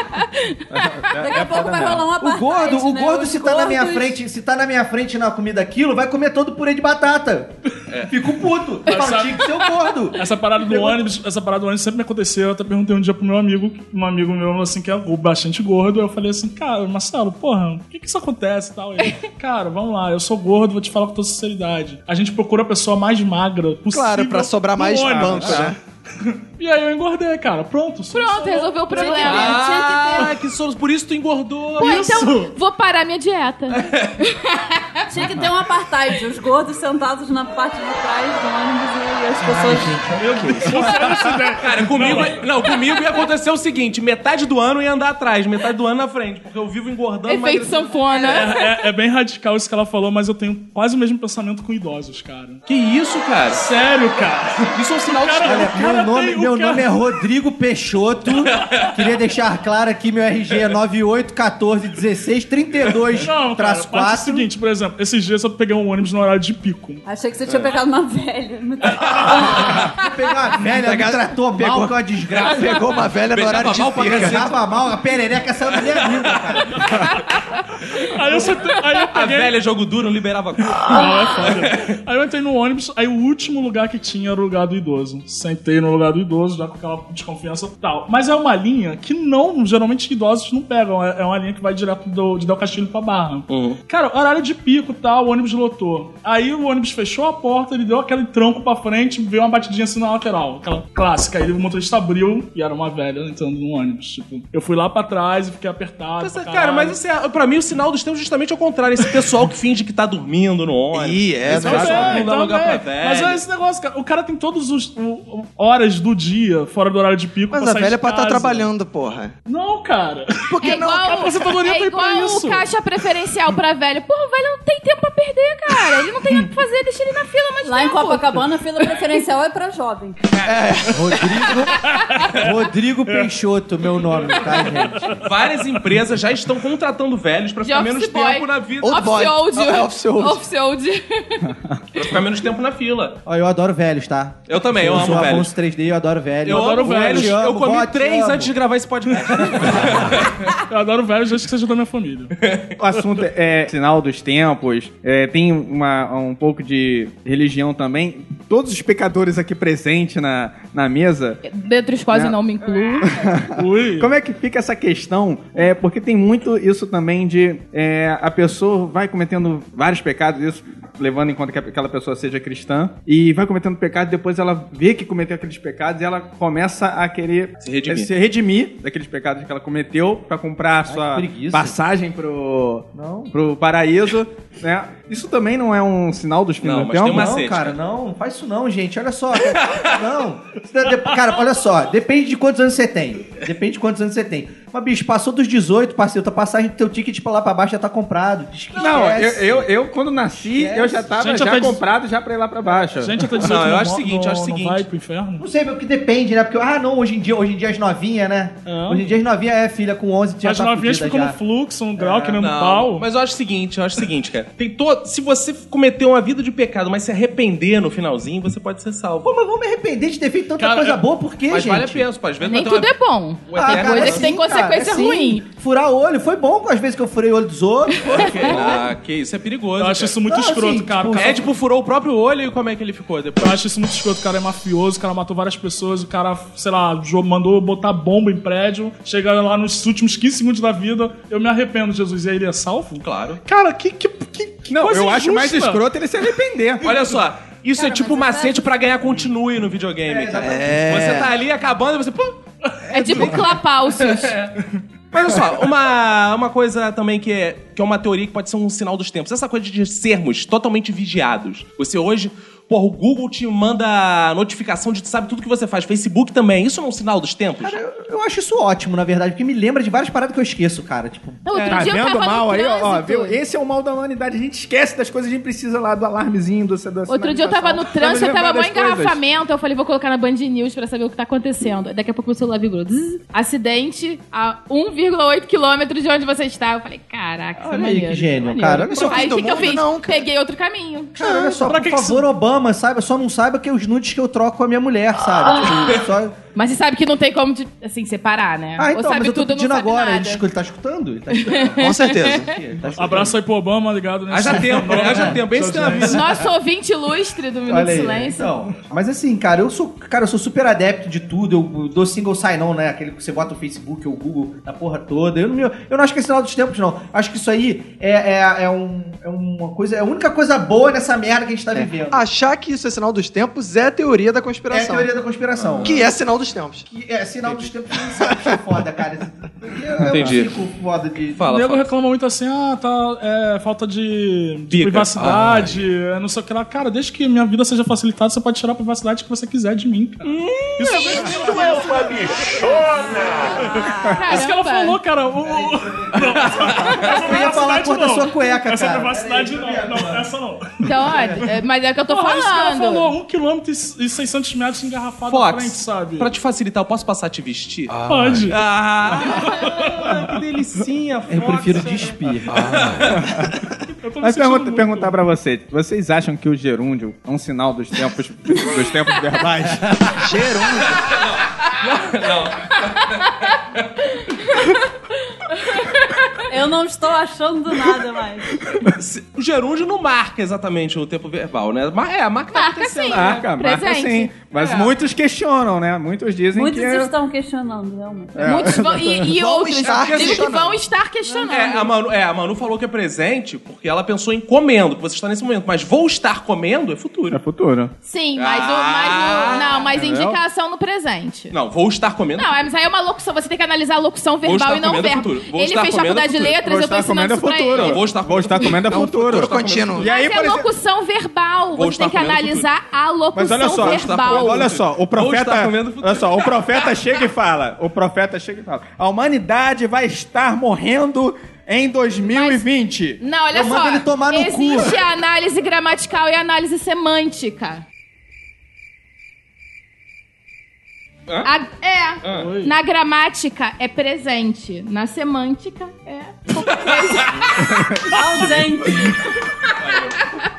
D: Daqui a pouco vai rolar um uma
G: é O gordo,
D: né?
G: o gordo, se tá na minha
D: frente
G: frente, se tá na minha frente na comida quilo, vai comer todo o purê de batata.
B: É.
G: Fico puto. Eu falo,
F: sabe-
G: tinha que ser o gordo.
F: Essa parada do ônibus, essa parada do ônibus sempre me aconteceu. Eu até perguntei um dia pro meu amigo, um amigo meu, assim, que é bastante gordo. Eu falei assim, cara, Marcelo, porra, por que que isso acontece e tal? Ele, cara, vamos lá, eu sou gordo, vou te falar com toda sinceridade. A gente procura a pessoa mais magra possível.
B: Claro, pra sobrar
F: no
B: mais
F: ônibus.
B: banco, né?
F: E aí eu engordei, cara. Pronto.
C: Pronto, resolveu o problema.
A: É
C: Tinha
A: Ah, que solução. Por isso tu engordou.
C: Pô,
A: isso.
C: então vou parar minha dieta.
D: Tinha que ter um apartheid, os gordos sentados na parte de trás do ônibus e as pessoas.
A: Meu Deus. Cara, comigo, não, comigo ia acontecer o seguinte: metade do ano ia andar atrás, metade do ano na frente, porque eu vivo engordando.
C: Efeito
A: emagrecendo.
C: sanfona.
F: É, é bem radical isso que ela falou, mas eu tenho quase o mesmo pensamento com idosos, cara.
A: Que isso, cara?
F: Sério, cara?
A: Isso é um sinal de
F: cara,
A: Olha,
F: o cara
G: Meu nome,
F: tem- o
G: meu
F: cara-
G: nome é Rodrigo Peixoto. Queria deixar claro aqui, meu RG é 98141632
F: Não, cara,
G: traço
F: parte é o
G: 4.
F: seguinte, por exemplo, esses dias eu peguei um ônibus no horário de pico.
D: Achei que você tinha pegado uma velha.
G: Pegou uma velha, me tratou mal, que é uma desgraça.
B: Pegou uma velha no horário de
A: mal pra
B: pica.
A: cacete.
G: Tava mal, a perereca saiu da minha vida, cara.
F: Aí eu, só- aí eu
A: A
F: peguei.
A: velha Ah, é jogo duro não liberava cu.
F: Não, é foda. Aí eu entrei no ônibus, aí o último lugar que tinha era o lugar do idoso. Sentei no lugar do idoso, já com aquela desconfiança e tal. Mas é uma linha que não, geralmente idosos não pegam. É é uma linha que vai direto do, de Del Castilho pra Barra.
A: Uhum.
F: Cara, horário de pico e tal, o ônibus lotou. Aí o ônibus fechou a porta, ele deu aquele tronco pra frente, veio uma batidinha assim na lateral. Aquela clássica. Aí o motorista abriu e era uma velha entrando no ônibus. Tipo, eu fui lá pra trás e fiquei apertado.
A: Essa-
F: pra
A: cara,
F: caralho.
A: mas isso é, pra mim o sinal dos tempos é justamente ao contrário. Esse pessoal que finge que tá dormindo no ônibus.
B: Ih, é,
A: Esse
B: né?
A: pessoal que
F: Também,
A: não dá
F: também.
A: lugar pra velha.
F: Mas então é esse negócio, cara. O cara tem todas as horas do dia, fora do horário de pico,
B: Mas
F: pra
B: a
F: sair
B: velha é
F: de
B: pra
G: tá
B: estar
F: casa.
B: trabalhando, porra.
F: Não, cara.
B: Por que
C: É
B: não?
F: a
C: igual,
F: aposentadoria tá
C: é
F: aí pra
C: igual
F: isso.
C: o caixa preferencial pra velho. Porra, o velho não tem tempo pra perder, cara. Ele não tem nada pra fazer, deixa ele na fila mais
D: Lá em
C: tempo.
D: Copacabana, a fila preferencial é pra jovem.
G: Rodrigo,
F: É.
G: Rodrigo Peixoto, meu nome, tá, gente?
A: Várias empresas já estão contratando velhos pra
C: De
A: ficar
C: office
A: Tá menos
C: boy.
A: tempo na vida.
B: Old boy.
C: Off-sold.
B: É, off-sold.
A: Pra ficar menos tempo na fila.
G: Ó, eu adoro velhos, tá?
A: Eu também, eu,
G: eu
A: amo
G: sou
A: velhos.
G: Afonso 3D, eu adoro velhos.
A: Eu, adoro velhos.
G: te
A: Eu,
G: amo,
A: comi
G: vó, te
A: três
G: amo.
A: antes de gravar esse podcast.
F: Eu adoro velhos desde que seja da minha família.
E: O assunto é sinal dos tempos, é, tem uma- um pouco de religião também. Todos os pecadores aqui presentes na, na mesa,
C: Dentro dos quase não me incluo.
F: Ui.
E: como é que fica essa questão? É, porque tem muito isso também de é, a pessoa vai cometendo vários pecados, isso levando em conta que aquela pessoa seja cristã, e vai cometendo pecado, depois ela vê que cometeu aqueles pecados e ela começa a querer
A: Se redimir.
E: é, se redimir daqueles pecados que ela cometeu pra comprar a sua
G: que preguiça.
E: passagem pro, pro paraíso, né? Isso também não é um sinal dos fins
A: Não,
E: do
A: mas
E: tempo?
A: tem uma
G: Não,
A: Cacete,
G: cara, não, não faz isso não, gente. Olha só. cara, não. Isso é de- Cara, olha só. Depende de quantos anos você tem. Depende de quantos anos você tem. Mas, bicho, passou dos 18, parceiro. Tua passagem do teu ticket pra lá pra baixo já tá comprado.
E: Não, eu, eu, eu, quando nasci, eu já tava
F: Gente,
E: já
F: até diz-
E: comprado já pra ir lá pra baixo.
F: Gente, até
A: Não,
F: 18
A: eu acho
F: mo-
A: o seguinte, eu acho o
F: não
A: seguinte.
F: vai pro inferno?
G: Não sei, meu, que depende, né? Porque, ah, não, hoje em dia, hoje em dia as novinhas, né?
F: Não.
G: Hoje em dia as novinhas é filha com 11, já
F: As
G: tá
F: novinhas
G: fudida
F: ficam no
G: já.
F: fluxo, um grau, que nem um
A: É, Não,
F: pau.
A: Mas eu acho o seguinte, eu acho o seguinte, cara. Tem todo. Se você cometeu uma vida de pecado, mas se arrepender no finalzinho, você pode ser salvo.
G: Pô, mas vou me arrepender de ter feito tanta
F: Cara,
G: coisa
F: eu-
G: boa, por quê,
A: mas
G: gente? Ah, é
A: vale a pena, você pode ver.
C: Nem
A: vai ter
C: tudo é bom.
A: uma- uma eterna-
C: coisa que tem consequência
G: sim.
C: ruim.
G: Furar o olho, foi bom com as vezes que eu furei o olho dos outros.
A: Ah, que isso é perigoso.
F: Eu acho
A: cara.
F: isso muito
G: Não, assim,
F: escroto, cara. O
G: tipo,
F: cara-
A: É, tipo, furou o próprio olho e como é que ele ficou depois?
F: Eu acho isso muito escroto. O cara é mafioso, o cara matou várias pessoas, o cara, sei lá, jo- mandou botar bomba em prédio. Chega lá nos últimos 15 segundos da vida, eu me arrependo, Jesus. E aí ele é salvo?
A: Claro.
F: Cara, que. que, que, que
E: Não,
F: coisa
E: eu acho mais
F: injusta.
E: escroto ele se arrepender.
A: Olha só, isso é tipo macete pra ganhar continue no videogame,
G: É,
A: cara. Você tá ali acabando e você. pô.
C: É tipo clapalços.
G: É.
A: Mas olha só, uma, uma coisa também que é, que é uma teoria que pode ser um sinal dos tempos. Essa coisa de sermos totalmente vigiados. Você hoje. Porra, o Google te manda notificação de tu sabe tudo que você faz. Facebook também. Isso não é um sinal dos tempos?
G: Cara, eu, eu acho isso ótimo, na verdade, porque me lembra de várias paradas que eu esqueço, cara. Tipo,
C: Não, outro
E: Tá
C: dia eu
E: vendo
C: tava
E: mal
C: no
E: aí, ó, ó,
C: trânsito.
E: viu? Esse é o mal da humanidade. A gente esquece das coisas, a gente precisa lá do alarmezinho, do da
C: Outro dia eu tava no
E: sinalização,
C: trânsito, eu
E: pra
C: tava
E: lembrar
C: mó
E: das coisas.
C: engarrafamento. Eu falei, vou colocar na Band News pra saber o que tá acontecendo. Daqui a pouco meu celular vibrou. Zzz. Acidente a 1,8 quilômetros de onde você está. Eu falei, caraca, isso é
G: olha aí que
C: maneiro.
G: gênio, cara. Olha só,
C: Aí o que, que eu
B: mundo,
C: fiz?
B: não,
C: Peguei outro caminho.
G: cara, olha só,
F: pra
G: por
F: que que
G: favor, Obama, saiba, só não saiba que é os nudes que eu troco com a minha mulher, sabe? Tipo, só...
C: Mas você sabe que não tem como, assim, separar, né?
G: Ah, então,
C: Ah. Ou sabe
G: mas eu tô
C: tudo, não
G: pedindo
C: sabe
G: agora. Ele,
C: nada.
G: escuta- ele tá escutando? Ele tá escutando?
B: Com certeza.
G: Ele tá escutando.
F: Abraço aí pro Obama, ligado nesse.
A: Haja tempo, né? Haja tempo. Bem se tem na vida.
C: Nosso ouvinte ilustre do Minuto
G: Olha aí,
C: Silêncio.
G: então. Mas assim, cara, eu sou, cara, eu sou super adepto de tudo. Eu dou single sign-on, né? Aquele que você bota o Facebook ou o Google na porra toda. Eu não, me- eu não acho que é sinal dos tempos, não. Acho que isso aí é, é, é um- é uma coisa. É a única coisa boa nessa merda que a gente tá vivendo.
B: Achar achar que isso é sinal dos tempos é a teoria da conspiração.
G: É a teoria da conspiração.
B: Que é sinal dos tempos.
G: Que é sinal dos tempos que sabe que é foda, cara. Eu,
F: Entendi.
G: Eu fico foda de.
F: o nego reclama muito assim, ah, tá, é, falta de, de
G: Pica.
F: privacidade, é, não sei o que lá. Cara, desde que minha vida seja facilitada, você pode tirar a privacidade que você quiser de mim, cara. isso, isso é uma bichona! Isso que ela
H: Caramba.
F: falou, cara. O, o-
G: Eu ia falar cor da sua cueca, cara.
F: Essa privacidade não, não, essa não.
C: Então, ó, é, mas é o que eu tô
F: Não,
C: falando.
F: isso que ela falou, 1 km e 600 metros engarrafado na frente, sabe?
A: pra te Ah. facilitar, eu posso passar a te vestir?
F: Pode.
A: Ah,
G: delicinha,
A: Eu prefiro despir.
F: Eu tô me
E: Mas
F: sentindo
E: pergunta,
F: muito-
E: perguntar pra vocês. Vocês acham que o gerúndio é um sinal dos tempos, dos tempos verbais?
D: Eu não estou achando nada mais.
A: Se- O gerúndio não marca exatamente o tempo verbal, né? Mas é, marca.
D: Marca
A: sim.
E: Marca, marca sim. Mas
D: É.
E: muitos questionam, né? Muitos dizem
D: Muitos
E: que... é-
D: estão questionando, realmente.
E: É. Muitos vão-
C: E, e
E: Vão
C: outros,
E: estar
C: digo que
E: questionando.
C: vão estar questionando.
A: É a, Manu, é, a Manu falou que é presente porque ela pensou em comendo, que você está nesse momento. Mas vou estar comendo é futuro. É
E: futuro.
C: Sim, mas, o, mas o- Não, mas
A: Ah, Entendeu?
C: indicação no presente.
A: Não, vou estar comendo.
C: Não, é, mas aí é uma locução. Você tem que analisar a locução
A: Vou
C: verbal
A: estar
C: e não
A: comendo é
C: verbo.
A: futuro. Vou
C: Ele
A: estar
C: fez
A: comendo é
C: faculdade de
A: futuro.
C: letras,
A: Vou
C: eu tô
A: estar
C: ensinando
A: comendo é
C: isso pra
A: futuro.
C: ele.
A: Vou estar Vou estar comendo é
E: comendo é futuro. futuro.
B: contínuo.
C: Mas é locução verbal.
E: Vou
C: Você tem
E: estar
C: que
E: comendo
C: analisar a locução
E: Mas olha só,
C: verbal.
E: olha só, o profeta,
A: estar comendo
E: olha só, o profeta chega e fala, o profeta chega e fala, a humanidade vai estar morrendo em 2020.
C: Não, olha
E: Eu
C: só.
E: mando ele tomar no
C: existe
E: cu.
C: a análise gramatical e a análise semântica.
A: Hã?
C: A- é.
A: Ah. Oi.
C: Na gramática é presente. Na semântica é.
A: Hum,
D: Ausente.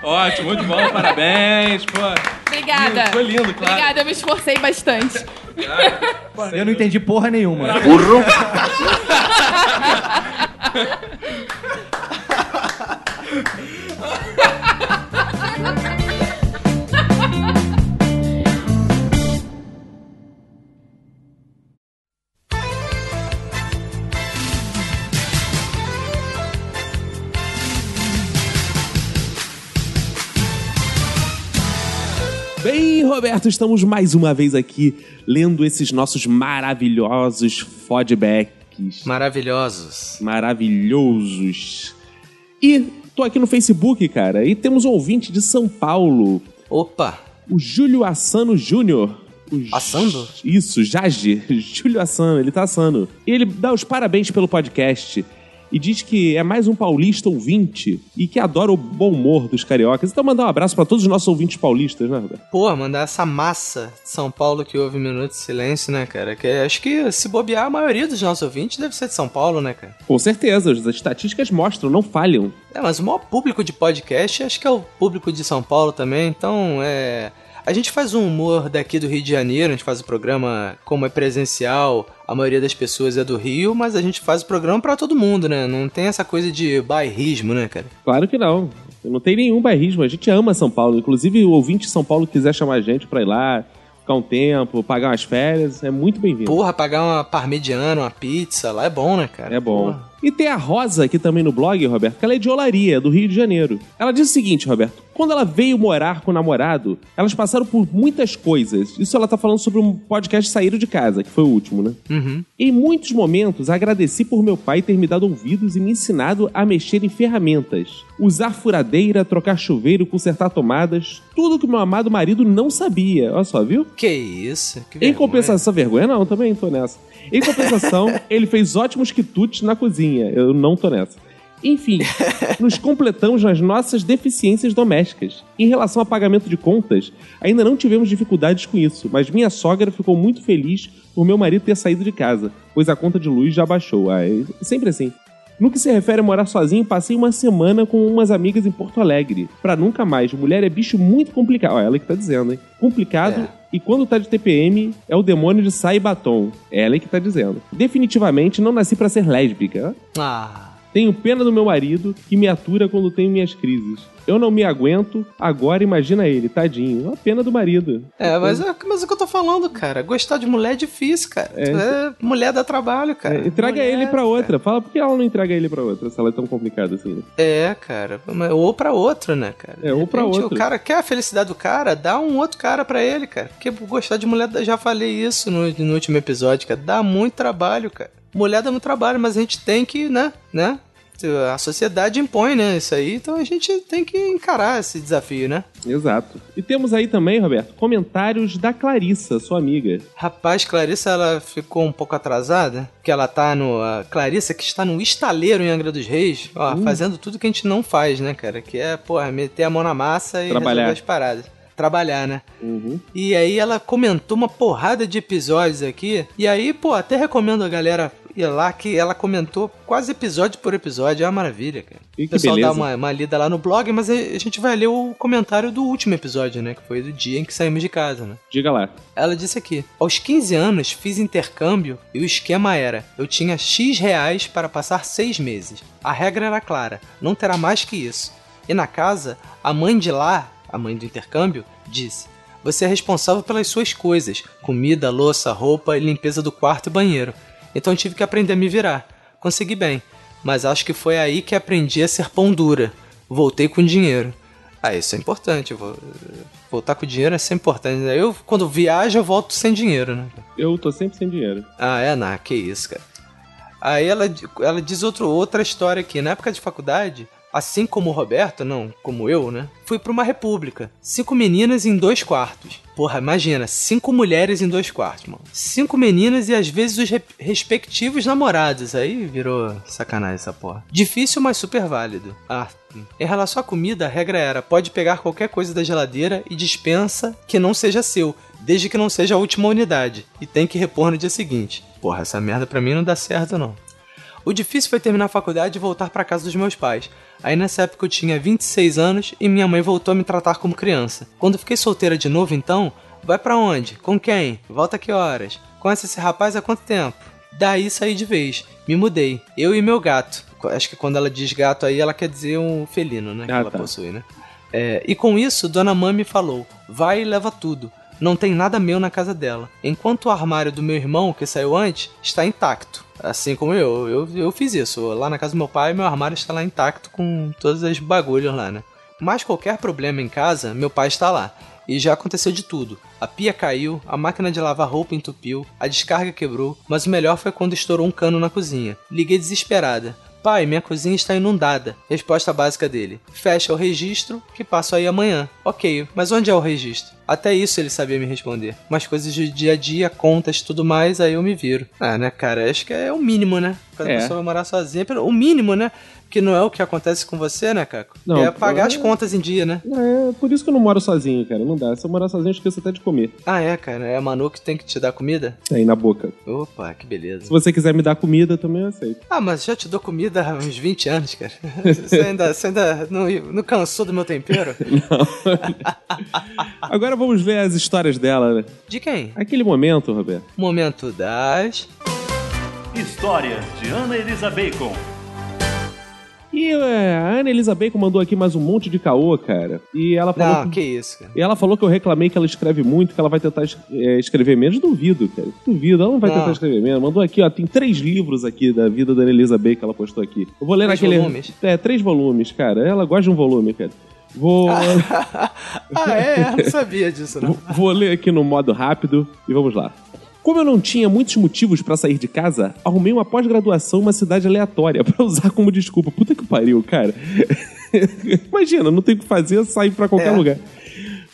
A: Ótimo, muito bom, parabéns. Pô.
C: Obrigada.
A: Lindo, foi lindo, claro.
C: Obrigada, eu me esforcei bastante.
G: Eu não entendi porra nenhuma.
E: Burro.
A: Bem, Roberto, estamos mais uma vez aqui lendo esses nossos maravilhosos feedbacks.
K: Maravilhosos.
A: Maravilhosos. E tô aqui no Facebook, cara, e temos um ouvinte de São Paulo.
K: Opa!
A: O Júlio Assano Júnior. Assando? Isso, Jage. Júlio Assano, ele tá assando. Ele dá os parabéns pelo podcast e diz que é mais um paulista ouvinte e que adora o bom humor dos cariocas. Então mandar um abraço pra todos os nossos ouvintes paulistas, né, Roberto?
K: Pô, mandar essa massa de São Paulo que ouve Minuto de Silêncio, né, cara? Que acho que se bobear, a maioria dos nossos ouvintes deve ser de São Paulo, né, cara?
A: Com certeza, as estatísticas mostram, não falham.
K: É, mas o maior público de podcast acho que é o público de São Paulo também, então é. A gente faz um humor daqui do Rio de Janeiro, a gente faz o programa como é presencial, a maioria das pessoas é do Rio, mas a gente faz o programa pra todo mundo, né? Não tem essa coisa de bairrismo, né, cara?
A: Claro que não. Não tem nenhum bairrismo. A gente ama São Paulo. Inclusive, o ouvinte de São Paulo que quiser chamar a gente pra ir lá, ficar um tempo, pagar umas férias, é muito bem-vindo.
K: Porra, pagar uma parmegiana, uma pizza lá é bom, né, cara?
A: É bom. E tem a Rosa aqui também no blog, Roberto, que ela é de Olaria, do Rio de Janeiro. Ela diz o seguinte, Roberto: quando ela veio morar com o namorado, elas passaram por muitas coisas. Isso ela tá falando sobre um podcast Saíram de Casa, que foi o último, né?
K: Uhum.
A: Em muitos momentos, agradeci por meu pai ter me dado ouvidos e me ensinado a mexer em ferramentas. Usar furadeira, trocar chuveiro, consertar tomadas. Tudo que meu amado marido não sabia. Olha só, viu?
K: Que isso? Que
A: Em compensação, vergonha não, também tô nessa. Em compensação, ele fez ótimos quitutes na cozinha. Eu não tô nessa. Enfim, nos completamos nas nossas deficiências domésticas. Em relação a pagamento de contas, ainda não tivemos dificuldades com isso, mas minha sogra ficou muito feliz por meu marido ter saído de casa, pois a conta de luz já baixou. Ah, é sempre assim. No que se refere a morar sozinho, passei uma semana com umas amigas em Porto Alegre. Pra nunca mais. Mulher é bicho muito complicado. Ó, ela que tá dizendo, hein? Complicado e quando tá de TPM é o demônio de sai batom. Ela que tá dizendo. Definitivamente não nasci pra ser lésbica.
K: Ah.
A: Tenho pena do meu marido, que me atura quando tenho minhas crises. Eu não me aguento, agora imagina ele, tadinho. A pena do marido.
G: Uhum.
K: É, mas é, mas é o que eu tô falando, cara. Gostar de mulher é difícil, cara. É, mulher dá trabalho, cara.
A: É, entrega
K: Mulher-
A: ele pra outra. Fala por que ela não entrega ele pra outra, se ela é tão complicada assim. né?
K: É, cara. Mas Ou pra outro, né, cara?
A: É, ou pra
K: Gente,
A: outra.
K: O cara quer a felicidade do cara, dá um outro cara pra ele, cara. Porque gostar de mulher, já falei isso no, no último episódio, cara. Dá muito trabalho, cara. Mulher dá muito trabalho, mas a gente tem que, né, né? A sociedade impõe, né, isso aí. Então a gente tem que encarar esse desafio, né?
A: Exato. E temos aí também, Roberto, comentários da Clarissa, sua amiga.
K: Rapaz, Clarissa, ela ficou um pouco atrasada, porque ela tá no... a Clarissa, que está no estaleiro em Angra dos Reis, ó, fazendo tudo que a gente não faz, né, cara? Que é, porra, meter a mão na massa e
A: Trabalhar.
K: resolver as paradas. Trabalhar, né?
A: Uhum.
K: E aí ela comentou uma porrada de episódios aqui, e aí, pô, até recomendo a galera ir lá, que ela comentou quase episódio por episódio, é uma maravilha, cara.
A: E
K: o
A: que
K: pessoal dá
A: beleza.
K: uma, uma lida lá no blog, mas a a gente vai ler o comentário do último episódio, né, que foi do dia em que saímos de casa, né?
A: Diga lá.
K: Ela disse aqui: Aos 15 anos fiz intercâmbio e o esquema era: eu tinha X reais para passar seis meses. A regra era clara: não terá mais que isso. E na casa, a mãe de lá, a mãe do intercâmbio, disse: Você é responsável pelas suas coisas: comida, louça, roupa e limpeza do quarto e banheiro. Então tive que aprender a me virar. Consegui bem, mas acho que foi aí que aprendi a ser pão dura. Voltei com dinheiro. Ah, isso é importante. eu vou- Voltar com dinheiro é sempre importante. né? Eu, quando viajo, eu volto sem dinheiro, né?
A: Eu tô sempre sem dinheiro.
K: Ah, é? Não, que isso, cara. Aí ela, di- ela diz outro, outra história aqui. Na época de faculdade, assim como o Roberto, não, como eu, né? Fui pra uma república. Cinco meninas em dois quartos. Porra, imagina, cinco mulheres em dois quartos, mano. Cinco meninas e às vezes os re- respectivos namorados. Aí virou sacanagem essa porra. Difícil, mas super válido. Ah, hum. em relação à comida, a regra era: pode pegar qualquer coisa da geladeira e dispensa que não seja seu, desde que não seja a última unidade, e tem que repor no dia seguinte. Porra, essa merda pra mim não dá certo não. O difícil foi terminar a faculdade e voltar pra casa dos meus pais. Aí nessa época eu tinha 26 anos e minha mãe voltou a me tratar como criança. Quando eu fiquei solteira de novo, então, vai pra onde? Com quem? Volta que horas? Conhece esse rapaz há quanto tempo? Daí saí de vez, me mudei, eu e meu gato. Acho que quando ela diz gato aí, ela quer dizer um felino, né? Que ela possui, né? É, e com isso, Dona Mami falou: vai e leva tudo. Não tem nada meu na casa dela. Enquanto o armário do meu irmão, que saiu antes, está intacto. Assim como eu. Eu, eu fiz isso. Lá na casa do meu pai, meu armário está lá intacto com todas as bagulhos lá, né? Mas qualquer problema em casa, meu pai está lá. E já aconteceu de tudo. A pia caiu, a máquina de lavar roupa entupiu, a descarga quebrou, mas o melhor foi quando estourou um cano na cozinha. Liguei desesperada. Pai, minha cozinha está inundada. Resposta básica dele. Fecha o registro que passo aí amanhã. Ok, mas onde é o registro? Até isso ele sabia me responder. Mas coisas do dia a dia, contas, tudo mais, aí eu me viro. Ah, né, cara? Acho que é o mínimo, né? Quando
A: É.
K: a pessoa vai morar sozinha, pelo- o mínimo, né? Que não é o que acontece com você, né, Caco?
A: Não,
K: é pagar as
A: é-
K: contas em dia, né?
A: É, por isso que eu não moro sozinho, cara. Não dá. Se eu morar sozinho, eu esqueço até de comer.
K: Ah, é, cara. É a Manu que tem que te dar comida?
A: Aí na boca.
K: Opa, que beleza.
A: Se você quiser me dar comida, eu também aceito.
K: Ah, mas já te dou comida há uns 20 anos, cara. Você ainda, você ainda não, não cansou do meu tempero?
A: Agora vamos ver as histórias dela, né?
K: De quem?
A: Aquele momento, Roberto.
K: Momento das.
L: Histórias de Ana Elisa Bacon.
A: E é, a Ana Elisa Bacon mandou aqui mais um monte de caô, cara. E ela falou.
K: Não, que isso, cara.
A: E ela falou que eu reclamei que ela escreve muito, que ela vai tentar es- é, escrever menos. Duvido, cara. Duvido, ela não vai
K: Não.
A: tentar escrever menos. Mandou aqui, ó, tem três livros aqui da vida da Ana Elisa Bacon que ela postou aqui. Eu vou ler
K: Três
A: aquele.
K: volumes?
A: É, três volumes, cara. Ela gosta de um volume, cara. Vou.
K: Ah, é? Eu não sabia disso, não.
A: Vou ler aqui no modo rápido e vamos lá. Como eu não tinha muitos motivos pra sair de casa, arrumei uma pós-graduação em uma cidade aleatória pra usar como desculpa. Puta que pariu, cara. Imagina, não tem o que fazer, sair pra qualquer lugar.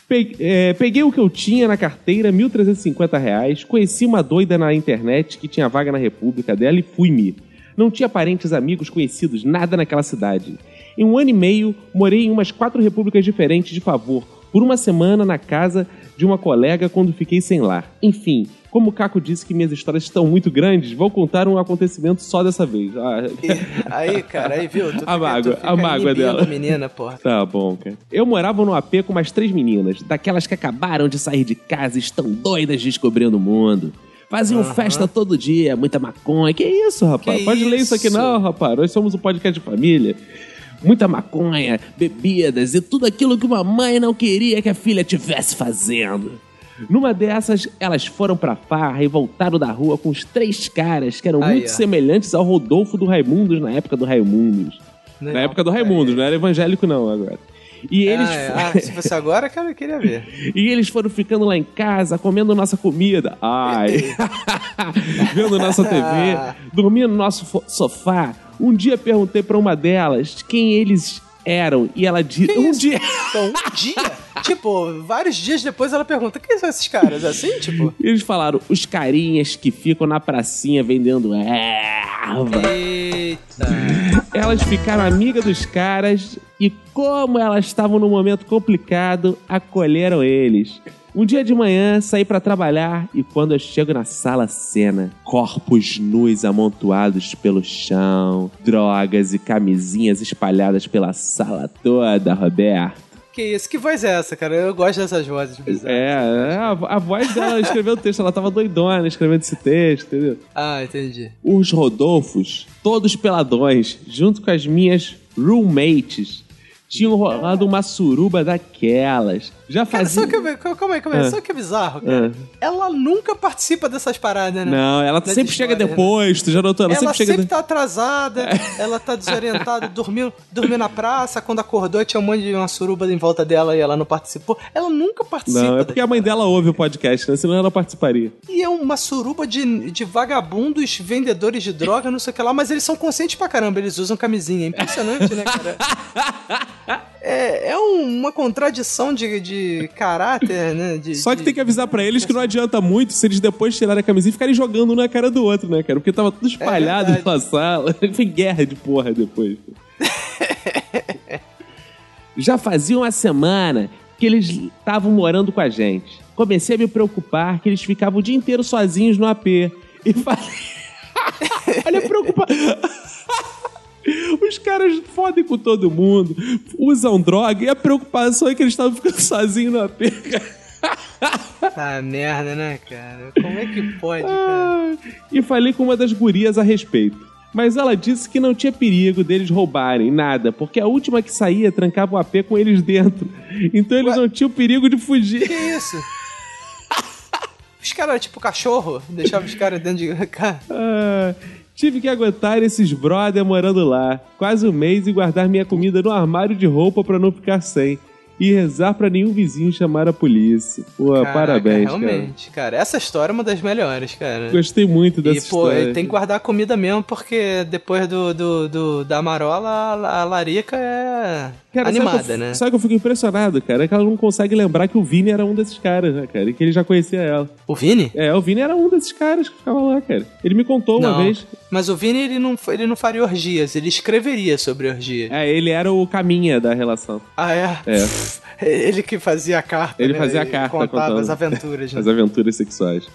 A: Pe- é, Peguei o que eu tinha na carteira, R$ 1.350 reais, conheci uma doida na internet que tinha vaga na República dela e fui-me. Não tinha parentes, amigos, conhecidos, nada naquela cidade. Em um ano e meio, morei em umas quatro repúblicas diferentes de favor, por uma semana na casa de uma colega quando fiquei sem lar. Enfim, como o Caco disse que minhas histórias estão muito grandes, vou contar um acontecimento só dessa vez. Ah,
K: Aí, cara, aí viu? Tu
A: a mágoa, a mágoa
K: inibindo
A: dela.
K: menina, porra.
A: Tá bom, cara. Eu morava num AP com umas três meninas, daquelas que acabaram de sair de casa e estão doidas descobrindo o mundo. Faziam festa todo dia, muita maconha. Que isso, rapaz?
G: Que
A: Pode ler isso aqui,
G: isso?
A: não, rapaz. Nós somos um podcast de família. Muita maconha, bebidas e tudo aquilo que uma mãe não queria que a filha tivesse fazendo. Numa dessas, elas foram pra farra e voltaram da rua com os três caras que eram
G: Ai,
A: muito
G: ai.
A: semelhantes ao Rodolfo do Raimundos na época do Raimundos. Na época do Raimundos, não era evangélico não agora. E eles,
G: né? É Ah, é. Ah, se fosse agora, cara, eu queria ver.
A: e eles foram ficando lá em casa, comendo nossa comida. Ai. Vendo nossa
G: Ah.
A: TV, dormindo no nosso fo- sofá. Um dia perguntei pra uma delas quem eles eram e ela disse: "Um dia
G: Então, um dia, tipo, vários dias depois ela pergunta: quem são esses caras? Assim, tipo.
A: E eles falaram, os carinhas que ficam na pracinha vendendo erva.
G: Eita.
A: Elas ficaram amigas dos caras e, como elas estavam num momento complicado, acolheram eles. Um dia de manhã, saí pra trabalhar e, quando eu chego na sala cena, corpos nus amontoados pelo chão, drogas e camisinhas espalhadas pela sala toda, Roberto.
G: Que isso? Que voz é essa, cara? Eu gosto dessas vozes bizarras.
A: É, a, a voz dela escreveu o texto, ela tava doidona escrevendo esse texto, entendeu?
G: Ah, entendi.
A: Os Rodolfos, todos peladões, junto com as minhas roommates, tinham rolado uma suruba daquelas. Já fazia.
G: Só que, calma calma aí, calma aí.
A: Ah.
G: Só que é bizarro, cara.
A: Ah.
G: Ela nunca participa dessas paradas, né?
A: Não, ela
G: Da
A: sempre chega
G: Discord, né?
A: depois, tu já notou? Ela,
G: Ela, sempre,
A: sempre chega É.
G: tá atrasada, ela tá desorientada, dormiu, dormiu na praça, quando acordou tinha um monte de uma suruba em volta dela e ela não participou. Ela nunca participa.
A: Não, é porque a mãe dela ouve o podcast, né? Senão ela não participaria.
G: E é uma suruba de, de vagabundos, vendedores de droga, não sei o que lá, mas eles são conscientes pra caramba, eles usam camisinha. É impressionante, né, cara? É, é um- uma contradição de, de caráter, né? De,
A: Só que
G: de-
A: tem que avisar pra eles que não adianta muito se eles depois tirarem a camisinha e ficarem jogando um na cara do outro, né, cara? Porque tava tudo espalhado na sala. Foi guerra de porra depois. Já fazia uma semana que eles estavam morando com a gente. Comecei a me preocupar que eles ficavam o dia inteiro sozinhos no AP. E falei. Olha, preocupa. Os caras fodem com todo mundo, usam droga, e a preocupação é que eles estavam ficando sozinhos no AP, cara.
G: Tá merda, né, cara? Como é que pode,
A: cara? E falei com uma das gurias a respeito. Mas ela disse que não tinha perigo deles roubarem nada, porque a última que saía trancava o AP com eles dentro. Então eles não tinham perigo de fugir.
G: Que isso? Os caras eram tipo cachorro, deixavam os caras dentro de. Cara,
A: Ah, tive que aguentar esses brother morando lá, quase um mês e guardar minha comida no armário de roupa pra não ficar sem. E rezar pra nenhum vizinho chamar a polícia. Pô,
G: Caraca,
A: Ah, parabéns, cara.
G: Realmente, cara. Essa história é uma das melhores, cara.
A: Gostei muito dessa
G: e, pô,
A: história.
G: tem que guardar a comida mesmo, porque depois do, do, do- da marola, a, a larica é
A: Cara, sabe
G: animada,
A: que eu-
G: né?
A: Sabe que eu fico impressionado, cara? É que ela não consegue lembrar que o Vini era um desses caras, né, cara? E que ele já conhecia ela.
G: O Vini?
A: É, o Vini era um desses caras que ficava lá, cara. Ele me contou uma
G: Não.
A: vez.
G: Mas o Vini, ele não, ele não faria orgias, ele escreveria sobre orgias.
A: É, ele era o caminha da relação.
G: Ah, é?
A: É.
G: Ele que fazia a carta,
A: Ele
G: né?
A: fazia a
G: E
A: carta
G: contava
A: contando.
G: as aventuras, né?
A: As aventuras sexuais.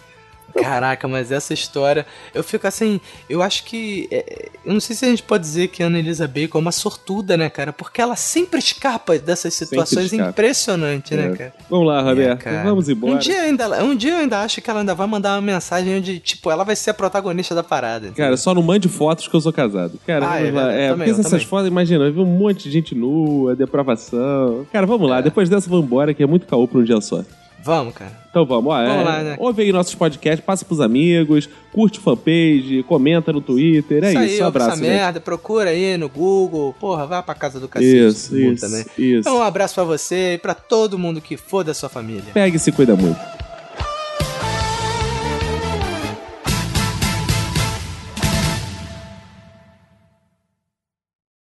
G: Caraca, mas essa história. Eu fico assim. Eu acho que. é, eu não sei se a gente pode dizer que a Ana Elisa Bacon é uma sortuda, né, cara? Porque ela sempre escapa dessas situações
A: escapa.
G: impressionantes,
A: É.
G: né, cara?
A: Vamos lá, Roberto.
G: cara.
A: Vamos embora.
G: Um dia, ainda, ela- um dia eu ainda acho que ela ainda vai mandar uma mensagem onde, tipo, ela vai ser a protagonista da parada.
A: Cara, só não mande fotos que eu sou casado. Cara,
G: Ah, é
A: vamos lá.
G: verdade.
A: É,
G: Também,
A: pensa
G: eu
A: essas
G: também.
A: fotos, imagina, viu um monte de gente nua, depravação. Cara, vamos lá, depois dessa vamos embora, que é muito caô pra um dia só.
G: Vamos, cara.
A: Então vamos, ó,
G: Vamos
A: é,
G: lá, né?
A: ouve aí nossos podcasts, passa pros amigos, curte o fanpage, comenta no Twitter, é isso,
G: aí,
A: um
G: ouve
A: abraço.
G: essa
A: gente.
G: merda, procura aí no Google, porra, vai pra casa do cacete.
A: Isso,
G: todo mundo
A: isso, isso.
G: Então, um abraço pra você e pra todo mundo que for da sua família.
A: Pega e se cuida muito.